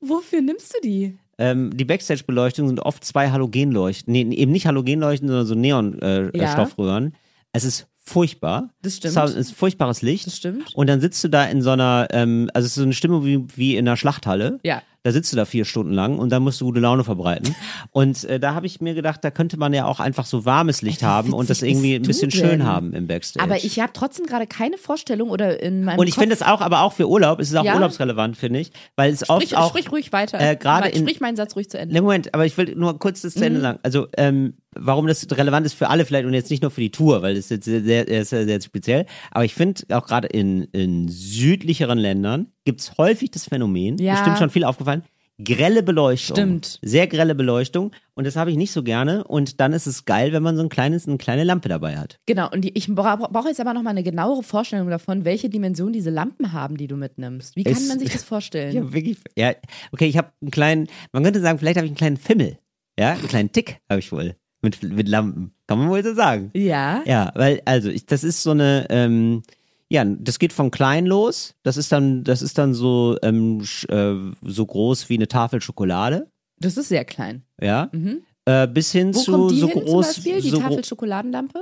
S4: Wofür nimmst du die?
S3: Ähm, die Backstage-Beleuchtung sind oft zwei Halogenleuchten. Nee, eben nicht Halogenleuchten, sondern so
S4: Ja.
S3: Neon-Stoffröhren. es ist furchtbar.
S4: Das stimmt.
S3: Es ist ein furchtbares Licht.
S4: Das stimmt.
S3: Und dann sitzt du da in so einer, ähm, also es ist so eine Stimmung wie, wie in einer Schlachthalle.
S4: Ja.
S3: Da sitzt du da vier Stunden lang und dann musst du gute Laune verbreiten. Und äh, da habe ich mir gedacht, da könnte man ja auch einfach so warmes Licht haben und das
S4: witzig
S3: irgendwie
S4: bist du
S3: ein bisschen
S4: denn?
S3: schön haben im Backstage.
S4: Aber ich habe trotzdem gerade keine Vorstellung oder in meinem
S3: und ich
S4: Kopf
S3: finde es auch, aber auch für Urlaub, es ist auch
S4: Ja.
S3: urlaubsrelevant, finde ich, weil es oft
S4: Sprich,
S3: auch.
S4: sprich ruhig weiter.
S3: äh, gerade
S4: Mal-
S3: in-
S4: sprich meinen Satz ruhig zu Ende.
S3: Ne, Moment, aber ich will nur kurz das zu
S4: Mhm.
S3: Ende sagen. Also, ähm, warum das relevant ist für alle vielleicht und jetzt nicht nur für die Tour, weil das ist jetzt sehr, sehr, ist ja sehr speziell. Aber ich finde auch gerade in, in südlicheren Ländern gibt es häufig das Phänomen,
S4: Ja.
S3: bestimmt schon viel aufgefallen, grelle Beleuchtung.
S4: Stimmt.
S3: Sehr grelle Beleuchtung. Und das habe ich nicht so gerne. Und dann ist es geil, wenn man so ein kleines, eine kleine Lampe dabei hat.
S4: Genau, und die, ich bra brauche jetzt aber nochmal eine genauere Vorstellung davon, welche Dimension diese Lampen haben, die du mitnimmst. Wie kann
S3: Es-
S4: man sich
S3: <laughs>
S4: das vorstellen?
S3: Ja, wirklich. Ja, okay, ich habe einen kleinen, man könnte sagen, vielleicht habe ich einen kleinen Fimmel. Ja, einen kleinen Tick habe ich wohl. Mit, mit Lampen. Kann man wohl so sagen.
S4: Ja.
S3: Ja, weil, also, ich, das ist so eine, ähm, ja, das geht von klein los. Das ist dann, das ist dann so, ähm, sch, äh, so groß wie eine Tafel Schokolade.
S4: das ist sehr klein.
S3: Ja.
S4: Mhm.
S3: Äh, bis hin
S4: Wo
S3: zu
S4: kommt die
S3: so
S4: hin
S3: groß.
S4: zum Beispiel, die
S3: so gro-
S4: Tafel Schokoladenlampe?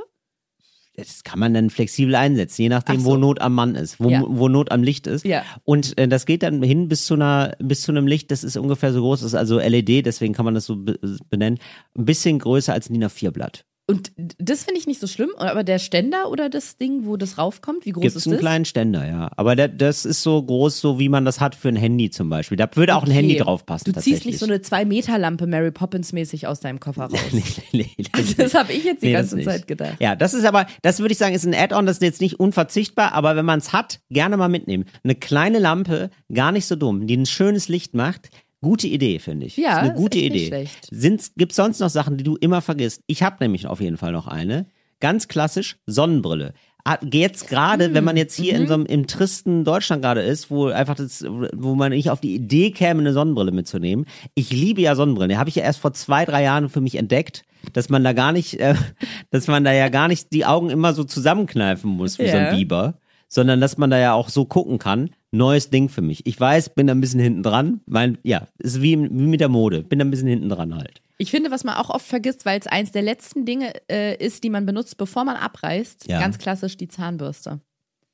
S3: das kann man dann flexibel einsetzen, je nachdem,
S4: Ach so.
S3: wo Not am Mann ist, wo,
S4: Ja.
S3: wo Not am Licht ist.
S4: Ja.
S3: Und äh, das geht dann hin bis zu einer, bis zu einem Licht, das ist E ungefähr so groß, das ist also LED, deswegen kann man das so be benennen, ein bisschen größer als ein DIN A4 Blatt.
S4: Und d- das finde ich nicht so schlimm, aber der Ständer oder das Ding, wo das raufkommt, wie groß ist
S3: Gibt es einen
S4: das?
S3: kleinen Ständer, ja. Aber der, das ist so groß, so wie man das hat für ein Handy zum Beispiel. Da würde auch ein Handy
S4: Okay.
S3: draufpassen.
S4: Du ziehst
S3: tatsächlich. <laughs>
S4: nicht so eine 2-Meter-Lampe Mary Poppins-mäßig aus deinem Koffer raus.
S3: Nee, nee, nee,
S4: Also das habe ich jetzt die
S3: nee, das
S4: ganze
S3: nicht.
S4: Zeit gedacht.
S3: Ja, das ist aber, das würde ich sagen, ist ein Add-on, das ist jetzt nicht unverzichtbar, aber wenn man es hat, gerne mal mitnehmen. Eine kleine Lampe, gar nicht so dumm, die ein schönes Licht macht. Gute Idee, finde ich.
S4: Ja,
S3: ist eine
S4: ist
S3: gute
S4: echt nicht
S3: Idee.
S4: schlecht.
S3: Sind's, gibt's sonst noch Sachen, die du immer vergisst? Ich habe nämlich auf jeden Fall noch eine. Ganz klassisch, Sonnenbrille. Ah, Jetzt gerade, wenn man jetzt hier in so einem, im tristen Deutschland gerade ist, wo einfach das, wo man nicht auf die Idee käme, eine Sonnenbrille mitzunehmen. Ich liebe ja Sonnenbrillen. Die habe ich ja erst vor zwei, drei Jahren für mich entdeckt, dass man da gar nicht, äh, <laughs> dass man da ja gar nicht die Augen immer so zusammenkneifen muss, wie so
S4: Ja.
S3: ein Biber, sondern dass man da ja auch so gucken kann. Neues Ding für mich. Ich weiß, bin da ein bisschen hinten dran. Mein, ja, ist wie, wie mit der Mode. Bin da ein bisschen hinten dran halt.
S4: Ich finde, was man auch oft vergisst, weil es eins der letzten Dinge äh, ist, die man benutzt, bevor man abreißt,
S3: Ja.
S4: ganz klassisch die Zahnbürste.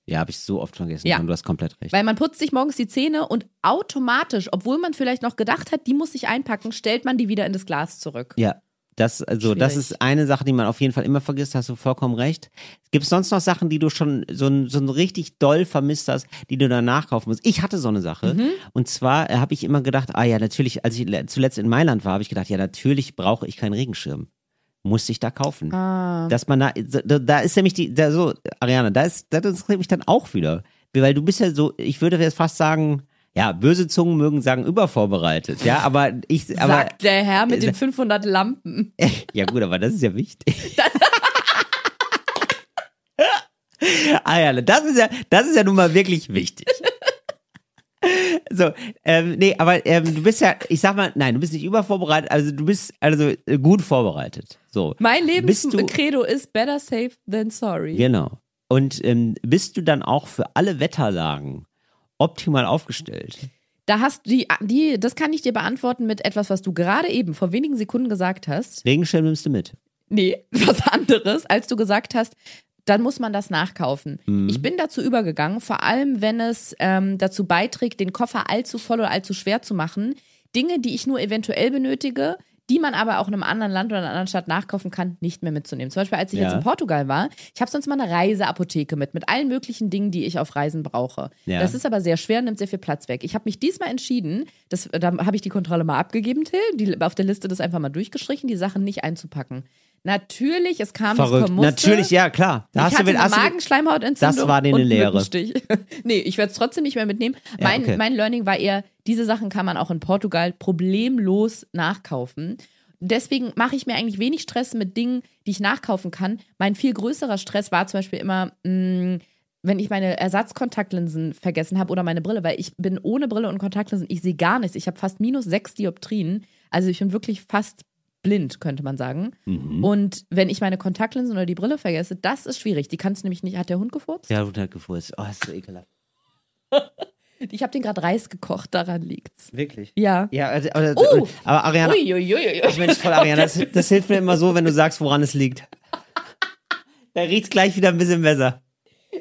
S3: Ja, habe ich so oft vergessen.
S4: Ja.
S3: Ja. Du hast komplett recht.
S4: Weil man putzt sich morgens die Zähne und automatisch, obwohl man vielleicht noch gedacht hat, die muss ich einpacken, stellt man die wieder in das Glas zurück.
S3: Ja, das, also, das
S4: Schwierig.
S3: ist eine Sache, die man auf jeden Fall immer vergisst, hast du vollkommen recht. Gibt es sonst noch Sachen, die du schon so, ein- so ein richtig doll vermisst hast, die du dann nachkaufen musst? Ich hatte so eine Sache.
S4: Mhm.
S3: Und zwar äh, habe ich immer gedacht, ah ja, natürlich, als ich le- zuletzt in Mailand war, habe ich gedacht, ja, natürlich brauche ich keinen Regenschirm. Musste ich da kaufen.
S4: Ah.
S3: Dass man da, da, da ist nämlich die, da so, Ariane, da ist, da das nämlich dann auch wieder. Weil du bist ja so, ich würde jetzt fast sagen, ja, böse Zungen mögen sagen, übervorbereitet, ja, aber ich, aber. äh,
S4: Sagt der Herr mit den 500 Lampen.
S3: <laughs> Ja, gut, aber das ist ja wichtig. <laughs> ah ja, das ist ja, das ist ja nun mal wirklich wichtig. So, ähm, nee, aber ähm, du bist ja, ich sag mal, nein, du bist nicht übervorbereitet, also du bist also äh, gut vorbereitet. So.
S4: Mein
S3: Bist du-
S4: Lebenscredo ist better safe than sorry.
S3: Genau. Und ähm, bist du dann auch für alle Wetterlagen optimal aufgestellt?
S4: Da hast du die, die, das kann ich dir beantworten mit etwas, was du gerade eben vor wenigen Sekunden gesagt hast.
S3: Regenschirm nimmst du mit.
S4: Nee, <laughs> was anderes, als du gesagt hast, dann muss man das nachkaufen.
S3: Mhm.
S4: Ich bin dazu übergegangen, vor allem wenn es ähm, dazu beiträgt, den Koffer allzu voll oder allzu schwer zu machen. Dinge, die ich nur eventuell benötige, die man aber auch in einem anderen Land oder in einer anderen Stadt nachkaufen kann, nicht mehr mitzunehmen. Zum Beispiel, als ich
S3: Ja.
S4: jetzt in Portugal war, ich habe sonst mal eine Reiseapotheke mit, mit allen möglichen Dingen, die ich auf Reisen brauche.
S3: Ja.
S4: Das ist aber sehr schwer und nimmt sehr viel Platz weg. Ich habe mich diesmal entschieden, das, da habe ich die Kontrolle mal abgegeben, Till, die, auf der Liste das einfach mal durchgestrichen, die Sachen nicht einzupacken. Natürlich, es kam, es
S3: Verrückt.
S4: kommen musste.
S3: Natürlich, ja, klar. Da
S4: ich
S3: hast du
S4: hatte
S3: wieder-
S4: eine
S3: hast du-
S4: Magenschleimhautentzündung
S3: Das war dir
S4: und
S3: eine Lehre.
S4: Mückenstich. <laughs> nee, ich werde es trotzdem nicht mehr mitnehmen.
S3: Ja,
S4: mein,
S3: okay.
S4: mein Learning war eher, diese Sachen kann man auch in Portugal problemlos nachkaufen. Deswegen mache ich mir eigentlich wenig Stress mit Dingen, die ich nachkaufen kann. Mein viel größerer Stress war zum Beispiel immer, mm, mh, wenn ich meine Ersatzkontaktlinsen vergessen habe oder meine Brille, weil ich bin ohne Brille und Kontaktlinsen, ich sehe gar nichts. Ich habe fast minus sechs Dioptrien. Also ich bin wirklich fast blind, könnte man sagen. Und wenn ich meine Kontaktlinsen oder die Brille vergesse, das ist schwierig. Die kannst du nämlich nicht. Hat der Hund gefurzt?
S3: Ja, gut, hat gefurzt. Oh, ist so ekelhaft.
S4: Ich habe den gerade Reis gekocht, daran liegt's.
S3: Wirklich.
S4: Ja.
S3: Ja, also, aber,
S4: Uh.
S3: aber Ariana,
S4: Uiuiuiui.
S3: Ach Mensch, voll
S4: <laughs>
S3: Ariane, das, das hilft mir immer so, wenn du sagst, woran es liegt. Da riecht's gleich wieder ein bisschen besser.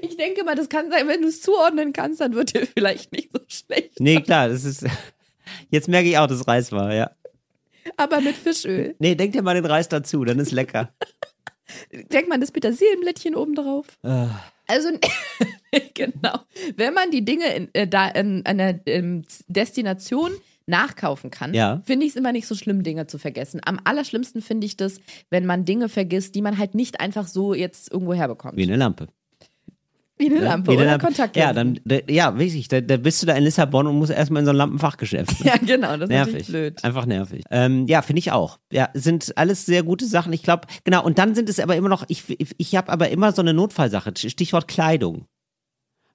S4: Ich denke mal, das kann sein, wenn du es zuordnen kannst, dann wird dir vielleicht nicht so schlecht.
S3: Nee, klar, das ist. Jetzt merke ich auch, dass Reis war, ja.
S4: Aber mit Fischöl.
S3: Nee, denk dir mal den Reis dazu, dann ist lecker.
S4: Denk mal an das Petersilienblättchen oben drauf.
S3: Ah,
S4: Also, <laughs> genau. Wenn man die Dinge in, äh, da in einer ähm, Destination nachkaufen kann,
S3: Ja.
S4: finde ich es immer nicht so schlimm, Dinge zu vergessen. Am allerschlimmsten finde ich das, wenn man Dinge vergisst, die man halt nicht einfach so jetzt irgendwo herbekommt.
S3: Wie eine Lampe.
S4: Wie eine
S3: ne?
S4: Lampe
S3: Wie eine
S4: oder
S3: Lampe.
S4: Kontaktlinsen.
S3: Ja, dann, da, ja, wirklich, da, da bist du da in Lissabon und musst erstmal in so ein Lampenfachgeschäft.
S4: <laughs> Ja, genau, das ist natürlich
S3: nervig. Also,
S4: blöd.
S3: Einfach nervig. Ähm, ja, finde ich auch. Ja, sind alles sehr gute Sachen. Ich glaube, genau. Und dann sind es aber immer noch, ich, ich- ich habe aber immer so eine Notfallsache. Stichwort Kleidung.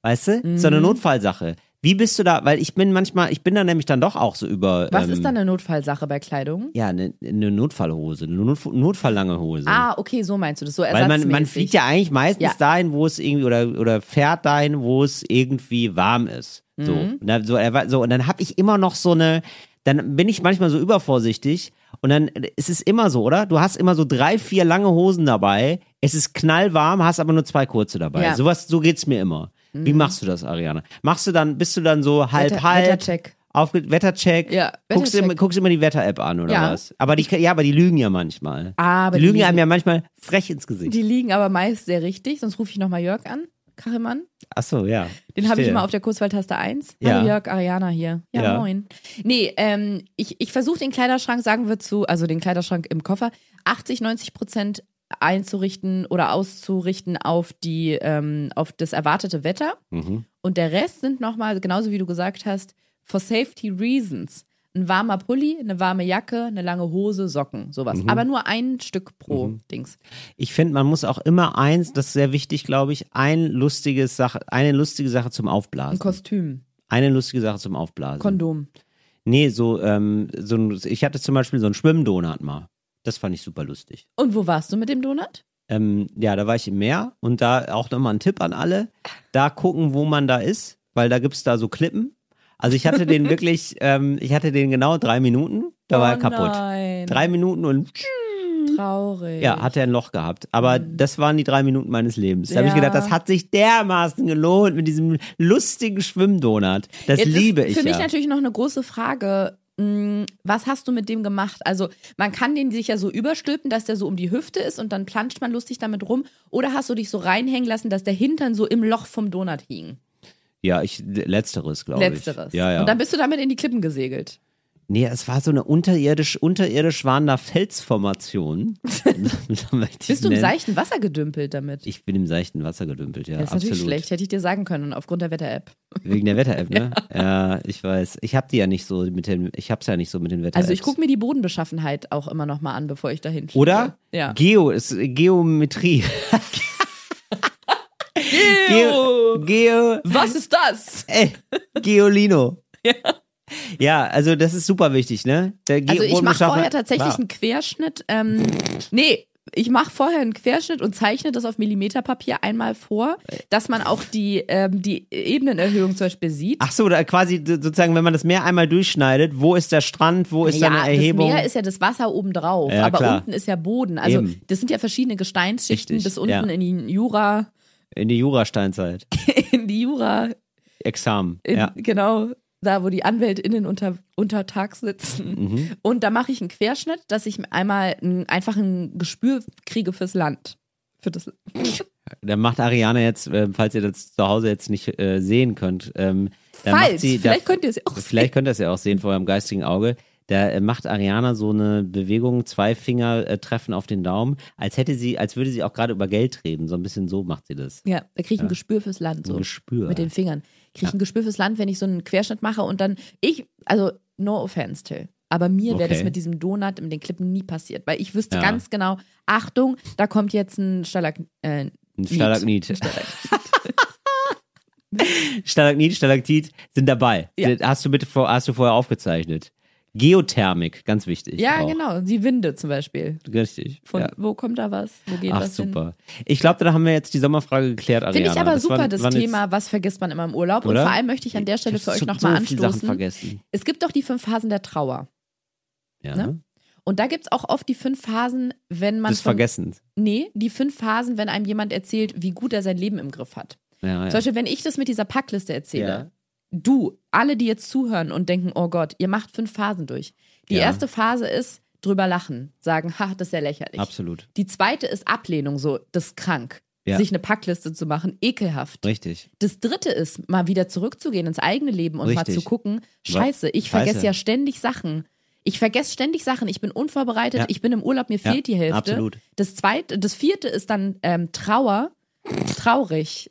S3: Weißt du? So
S4: Mhm.
S3: eine Notfallsache. Wie bist du da? Weil ich bin manchmal, ich bin da nämlich dann doch auch so über.
S4: Was
S3: ähm,
S4: ist dann eine Notfallsache bei Kleidung?
S3: Ja, eine, eine Notfallhose, eine Notf notfalllange Hose.
S4: Ah, okay, so meinst du das, so
S3: Weil
S4: ersatzmäßig.
S3: man, man fliegt ja eigentlich meistens
S4: Ja.
S3: dahin, wo es irgendwie oder, oder fährt dahin, wo es irgendwie warm ist. So,
S4: Mhm.
S3: und dann, so, er war- so, und dann habe ich immer noch so eine, dann bin ich manchmal so übervorsichtig und dann es ist immer so, oder? Du hast immer so drei, vier lange Hosen dabei, es ist knallwarm, hast aber nur zwei kurze dabei.
S4: Ja. Mhm.
S3: Sowas, so geht's mir immer. Wie machst du das, Ariane? Machst du dann, bist du dann so halb
S4: Wetter-
S3: halb?
S4: Wettercheck.
S3: Aufge Wettercheck.
S4: Ja,
S3: guckst,
S4: Wettercheck.
S3: immer, guckst immer die Wetter-App an, oder
S4: Ja.
S3: was? Aber die, ja, aber die lügen ja manchmal.
S4: Aber
S3: die lügen einem ja manchmal frech ins Gesicht.
S4: Die liegen aber meist sehr richtig, sonst rufe ich nochmal Jörg an. Kachelmann.
S3: Ach so, ja.
S4: Den habe ich
S3: Verstehe.
S4: immer auf der Kurzwahltaste 1.
S3: Ja.
S4: Hallo Jörg, Ariana hier. Ja,
S3: Ja.
S4: moin. Nee, ähm, ich, ich versuche den Kleiderschrank, sagen wir zu, also den Kleiderschrank im Koffer, 80, 90 Prozent einzurichten oder auszurichten auf die, ähm, auf das erwartete Wetter.
S3: Mhm.
S4: Und der Rest sind nochmal, genauso wie du gesagt hast, for safety reasons. Ein warmer Pulli, eine warme Jacke, eine lange Hose, Socken, sowas.
S3: Mhm.
S4: Aber nur ein Stück pro Dings.
S3: Ich finde, man muss auch immer eins, das ist sehr wichtig, glaube ich, ein lustiges Sache, eine lustige Sache zum
S4: Ein
S3: Aufblasen.
S4: Kostüm,
S3: eine lustige Sache zum Aufblasen.
S4: Kondom.
S3: nee, so, ähm, so ein, ich hatte zum Beispiel so einen Schwimmdonut mal. Das fand ich super lustig.
S4: Und wo warst du mit dem Donut?
S3: Ähm, ja, da war ich im Meer und da auch nochmal ein Tipp an alle. Da gucken, wo man da ist, weil da gibt's da so Klippen. Also ich
S4: <laughs>
S3: hatte den wirklich, ähm, ich hatte den genau drei Minuten, da war er
S4: Oh
S3: kaputt.
S4: Nein,
S3: Drei Minuten und
S4: traurig.
S3: ja, hat er ein Loch gehabt. Aber das waren die drei Minuten meines Lebens. Da habe ich
S4: Mhm. Ja.
S3: gedacht, das hat sich dermaßen gelohnt mit diesem lustigen Schwimmdonut. Das
S4: Jetzt
S3: liebe
S4: ist
S3: ich
S4: Für mich
S3: ja.
S4: natürlich noch eine große Frage. mh, Was hast du mit dem gemacht? Also, man kann den sich ja so überstülpen, dass der so um die Hüfte ist und dann planscht man lustig damit rum. Oder hast du dich so reinhängen lassen, dass der Hintern so im Loch vom Donut hing?
S3: Ja, ich letzteres, glaube ich.
S4: Letzteres.
S3: Ja, ja.
S4: Und dann bist du damit in die Klippen gesegelt.
S3: Nee, es war so eine unterirdisch, unterirdisch waren
S4: <laughs>
S3: da <laughs> Felsformationen.
S4: Bist du im seichten Wasser gedümpelt damit?
S3: Ich bin im seichten Wasser gedümpelt, ja.
S4: das ist
S3: absolut.
S4: natürlich schlecht, hätte ich dir sagen können, aufgrund der Wetter-App.
S3: Wegen der
S4: <laughs>
S3: Wetter-App, ne? ja. ich weiß. Ich hab die ja nicht so mit den, ich hab's ja nicht so mit den Wetter-Apps.
S4: Also ich gucke mir die Bodenbeschaffenheit auch immer nochmal an, bevor ich dahin fliege.
S3: Oder?
S4: Ja.
S3: Geo ist Geometrie. Geo. Geo.
S4: Was ist das?
S3: Äh,
S4: <laughs>
S3: Geolino. Ja. also das ist super wichtig, ne? Der Ge
S4: Also ich mache
S3: Bodenbeschaffer-
S4: vorher tatsächlich
S3: Klar.
S4: einen Querschnitt. Ähm, nee, ich mache vorher einen Querschnitt und zeichne das auf Millimeterpapier einmal vor, dass man auch die, ähm, die Ebenenerhöhung zum Beispiel sieht.
S3: Ach so, da quasi so- sozusagen, wenn man das Meer einmal durchschneidet, wo ist der Strand, wo ist da eine Erhebung?
S4: das Meer ist ja das Wasser obendrauf,
S3: Ja,
S4: aber
S3: klar.
S4: unten ist ja Boden. Also
S3: Eben.
S4: das sind ja verschiedene Gesteinsschichten
S3: Richtig,
S4: bis unten
S3: ja.
S4: in die Jura, <laughs>
S3: in die Jurasteinzeit.
S4: in die Jura,
S3: Examen.
S4: <laughs> in,
S3: ja.
S4: genau da, wo die AnwältInnen unter, unter Tag sitzen.
S3: Mhm.
S4: Und da mache ich einen Querschnitt, dass ich einmal ein, einfach ein Gespür kriege fürs Land. Für das
S3: Dann macht Ariane jetzt, ähm, falls ihr das zu Hause jetzt nicht äh, sehen könnt, ähm, dann macht
S4: Falls,
S3: sie,
S4: vielleicht
S3: da,
S4: könnt ihr es auch
S3: vielleicht könnt ihr es ja auch sehen vor eurem geistigen Auge. Da äh, macht Ariana so eine Bewegung, zwei Finger äh, treffen auf den Daumen, als hätte sie, als würde sie auch gerade über Geld reden. So ein bisschen so macht sie das.
S4: sehen. Ja, da kriege ich ein Gespür fürs Land.
S3: So
S4: So.
S3: ein Gespür.
S4: Mit den Fingern. Kriege ich ein Gespür fürs Land, wenn ich so einen Querschnitt mache und dann ich, also no offense, Till. Aber mir wäre
S3: Okay.
S4: das mit diesem Donut in den Klippen nie passiert, weil ich wüsste
S3: Ja.
S4: ganz genau, Achtung, da kommt jetzt ein Stalag, äh,
S3: Ein
S4: Niet.
S3: Stalagnit.
S4: <laughs>
S3: Stalagnit, Stalaktit sind dabei.
S4: Ja.
S3: Das Hast du bitte vor, hast du vorher aufgezeichnet. Geothermik, ganz wichtig.
S4: ja,
S3: auch.
S4: genau, die Winde zum Beispiel.
S3: Richtig.
S4: Von
S3: ja.
S4: wo kommt da was? Wo geht
S3: Ach,
S4: was hin?
S3: super. Ich glaube, da haben wir jetzt die Sommerfrage geklärt, Ariana.
S4: Finde ich aber
S3: Das ne,
S4: super,
S3: waren-
S4: das
S3: waren jetzt-
S4: Thema, was vergisst man immer im Urlaub.
S3: Oder?
S4: Und vor allem möchte ich an der Stelle
S3: Ich
S4: für
S3: hab
S4: euch
S3: so-
S4: nochmal
S3: so viele Sachen
S4: anstoßen.
S3: vergessen.
S4: Es gibt doch die fünf Phasen der Trauer.
S3: Ja.
S4: Ne? Und da gibt es auch oft die fünf Phasen, wenn man
S3: Des
S4: von
S3: Vergessens.
S4: Nee, die fünf Phasen, wenn einem jemand erzählt, wie gut er sein Leben im Griff hat.
S3: Ja, ja.
S4: Zum Beispiel, wenn ich das mit dieser Packliste erzähle,
S3: Ja.
S4: du, alle, die jetzt zuhören und denken, oh Gott, ihr macht fünf Phasen durch. Die
S3: Ja.
S4: erste Phase ist drüber lachen, sagen, ha, das ist ja lächerlich.
S3: Absolut.
S4: Die zweite ist Ablehnung, so, das ist krank.
S3: Ja.
S4: Sich eine Packliste zu machen, ekelhaft.
S3: Richtig.
S4: Das dritte ist, mal wieder zurückzugehen ins eigene Leben und
S3: Richtig.
S4: mal zu gucken, scheiße, ich
S3: Scheiße.
S4: vergesse ja ständig Sachen. Ich vergesse ständig Sachen, ich bin unvorbereitet,
S3: Ja.
S4: ich bin im Urlaub, mir
S3: Ja,
S4: fehlt die Hälfte.
S3: absolut.
S4: Das zweite, das vierte ist dann ähm, Trauer, traurig.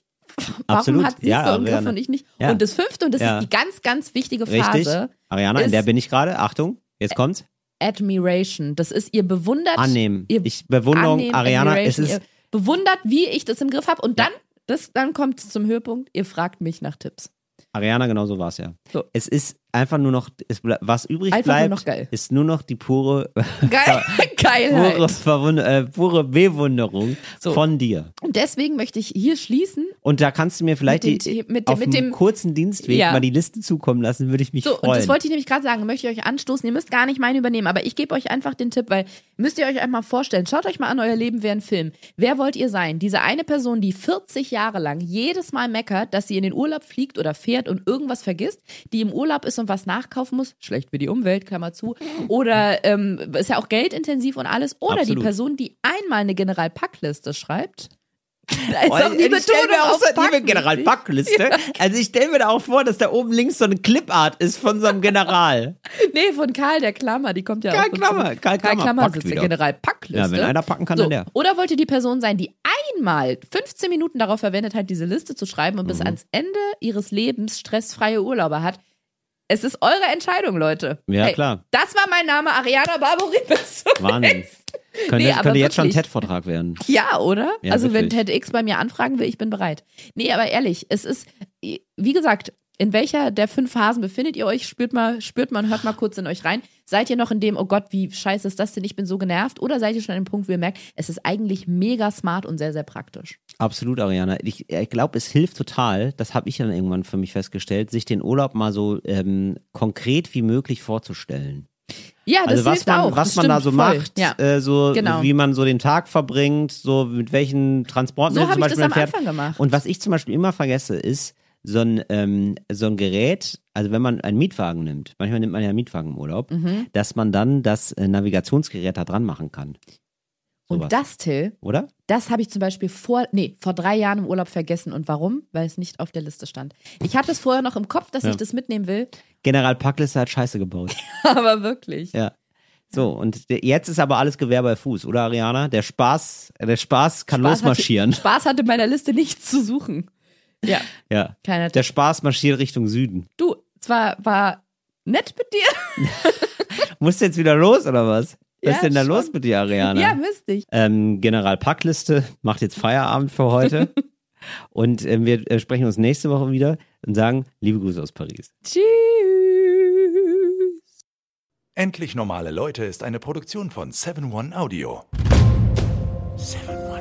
S4: Warum
S3: Absolut.
S4: hat sie
S3: Ja,
S4: so im Griff
S3: Ariane.
S4: und ich nicht?
S3: Ja.
S4: Und das fünfte, und das
S3: Ja.
S4: ist die ganz, ganz wichtige Phase,
S3: Richtig. Ariana, in
S4: ist-
S3: der bin ich gerade. Achtung, jetzt kommt's.
S4: Admiration. Das ist, ihr bewundert.
S3: Annehmen.
S4: Ihr
S3: Ich Bewunderung,
S4: annehmen,
S3: Ariana, es
S4: Admiration,
S3: ist
S4: ihr bewundert, wie ich das im Griff habe. Und dann, das, dann kommt es zum Höhepunkt, ihr fragt mich nach
S3: <laughs>
S4: Tipps.
S3: Ariana, genau so war es ja.
S4: So.
S3: Es ist einfach nur noch, es ble- was übrig
S4: Einfach nur
S3: bleibt,
S4: noch geil.
S3: ist nur noch die pure,
S4: Geil, <laughs> halt.
S3: pure,
S4: Geilheit.
S3: Verwund äh, pure Bewunderung
S4: So.
S3: von dir.
S4: Und deswegen möchte ich hier schließen
S3: Und da kannst du mir vielleicht
S4: Mit
S3: die,
S4: dem Tee- mit dem-
S3: auf
S4: mit
S3: dem
S4: dem-
S3: kurzen Dienstweg
S4: Ja.
S3: mal die Liste zukommen lassen, würde ich mich
S4: So,
S3: freuen.
S4: und das wollte ich nämlich gerade sagen, möchte ich euch anstoßen. Ihr müsst gar nicht meine übernehmen, aber ich gebe euch einfach den Tipp, weil müsst ihr euch einmal vorstellen, schaut euch mal an, euer Leben wäre ein Film. Wer wollt ihr sein? Diese eine Person, die 40 Jahre lang jedes Mal meckert, dass sie in den Urlaub fliegt oder fährt und irgendwas vergisst, die im Urlaub ist und was nachkaufen muss, schlecht für die Umwelt, Klammer zu, oder ähm, ist ja auch geldintensiv und alles, oder die
S3: Absolut.
S4: Person, die einmal eine Generalpackliste schreibt. <laughs> Da
S3: Oh, ich- ich stell mir auch so
S4: Packen.
S3: liebe Generalpackliste. Also ich stelle mir da auch vor, dass da oben links so eine Clipart ist von so einem General.
S4: Nee, von Karl der Klammer, die kommt ja
S3: Karl
S4: auch.
S3: Klammer, Karl Klammer packt
S4: sitzt
S3: wieder.
S4: der General Packliste.
S3: Ja, wenn einer packen kann,
S4: so.
S3: dann der.
S4: Oder wollte die Person sein, die einmal 15 Minuten darauf verwendet hat, diese Liste zu schreiben und
S3: Mhm.
S4: bis ans Ende ihres Lebens stressfreie Urlaube hat? Es ist eure Entscheidung, Leute.
S3: Ja,
S4: Hey,
S3: klar.
S4: Das war mein Name, Ariana Barbori. Bis zum
S3: Wahnsinn.
S4: nächsten-
S3: Könnte,
S4: Nee, aber
S3: könnte jetzt schon ein
S4: wirklich.
S3: TED-Vortrag werden.
S4: Ja, oder?
S3: Ja,
S4: also wenn
S3: wirklich.
S4: Ted X bei mir anfragen will, ich bin bereit. Nee, aber ehrlich, es ist, wie gesagt, in welcher der fünf Phasen befindet ihr euch? Spürt mal, spürt mal, und hört mal kurz in euch rein. Seid ihr noch in dem, oh Gott, wie scheiße ist das denn? Ich bin so genervt. Oder seid ihr schon an dem Punkt, wo ihr merkt, es ist eigentlich mega smart und sehr, sehr praktisch.
S3: Absolut, Ariana. Ich, ich glaube, es hilft total, das habe ich dann irgendwann für mich festgestellt, sich den Urlaub mal so ähm, konkret wie möglich vorzustellen.
S4: Ja, das
S3: also was
S4: hilft
S3: man,
S4: auch.
S3: was
S4: das
S3: man da so
S4: stimmt voll.
S3: macht,
S4: Ja.
S3: äh, so
S4: Genau.
S3: wie man so den Tag verbringt, so mit welchen
S4: So
S3: Transportmitteln
S4: habe
S3: zum
S4: ich das
S3: Beispiel
S4: am
S3: man fährt.
S4: Anfang gemacht.
S3: Und was ich zum Beispiel immer vergesse, ist so ein, ähm, so ein Gerät, also wenn man einen Mietwagen nimmt, manchmal nimmt man ja einen Mietwagen im Urlaub,
S4: Mhm.
S3: dass man dann das äh, Navigationsgerät da dran machen kann.
S4: und
S3: sowas.
S4: das, Till,
S3: Oder?
S4: Das habe ich zum Beispiel vor, nee, vor drei Jahren im Urlaub vergessen. Und warum? Weil es nicht auf der Liste stand. Ich hatte es vorher noch im Kopf, dass
S3: Ja.
S4: ich das mitnehmen will, <laughs>
S3: General Packliste hat Scheiße gebaut.
S4: aber wirklich.
S3: Ja. So, und der, jetzt ist aber alles Gewehr bei Fuß, oder Ariana? Der Spaß, äh, der Spaß kann
S4: Spaß <laughs>
S3: losmarschieren.
S4: Hatte, Spaß hatte in meiner Liste nichts zu suchen. Ja,
S3: ja.
S4: kleiner
S3: Der
S4: Tipp.
S3: Spaß marschiert Richtung Süden.
S4: Du, zwar war nett mit dir.
S3: Musst du jetzt wieder los, oder was? Was
S4: Ja,
S3: ist denn da
S4: schon.
S3: los mit dir, Ariana?
S4: Ja, mistig.
S3: Ähm, General Packliste macht jetzt Feierabend
S4: <laughs>
S3: für heute. und ähm, wir äh, sprechen uns nächste Woche wieder und sagen liebe Grüße aus Paris.
S4: Tschüss.
S6: Endlich normale Leute ist eine Produktion von 7-One Audio. 7-One.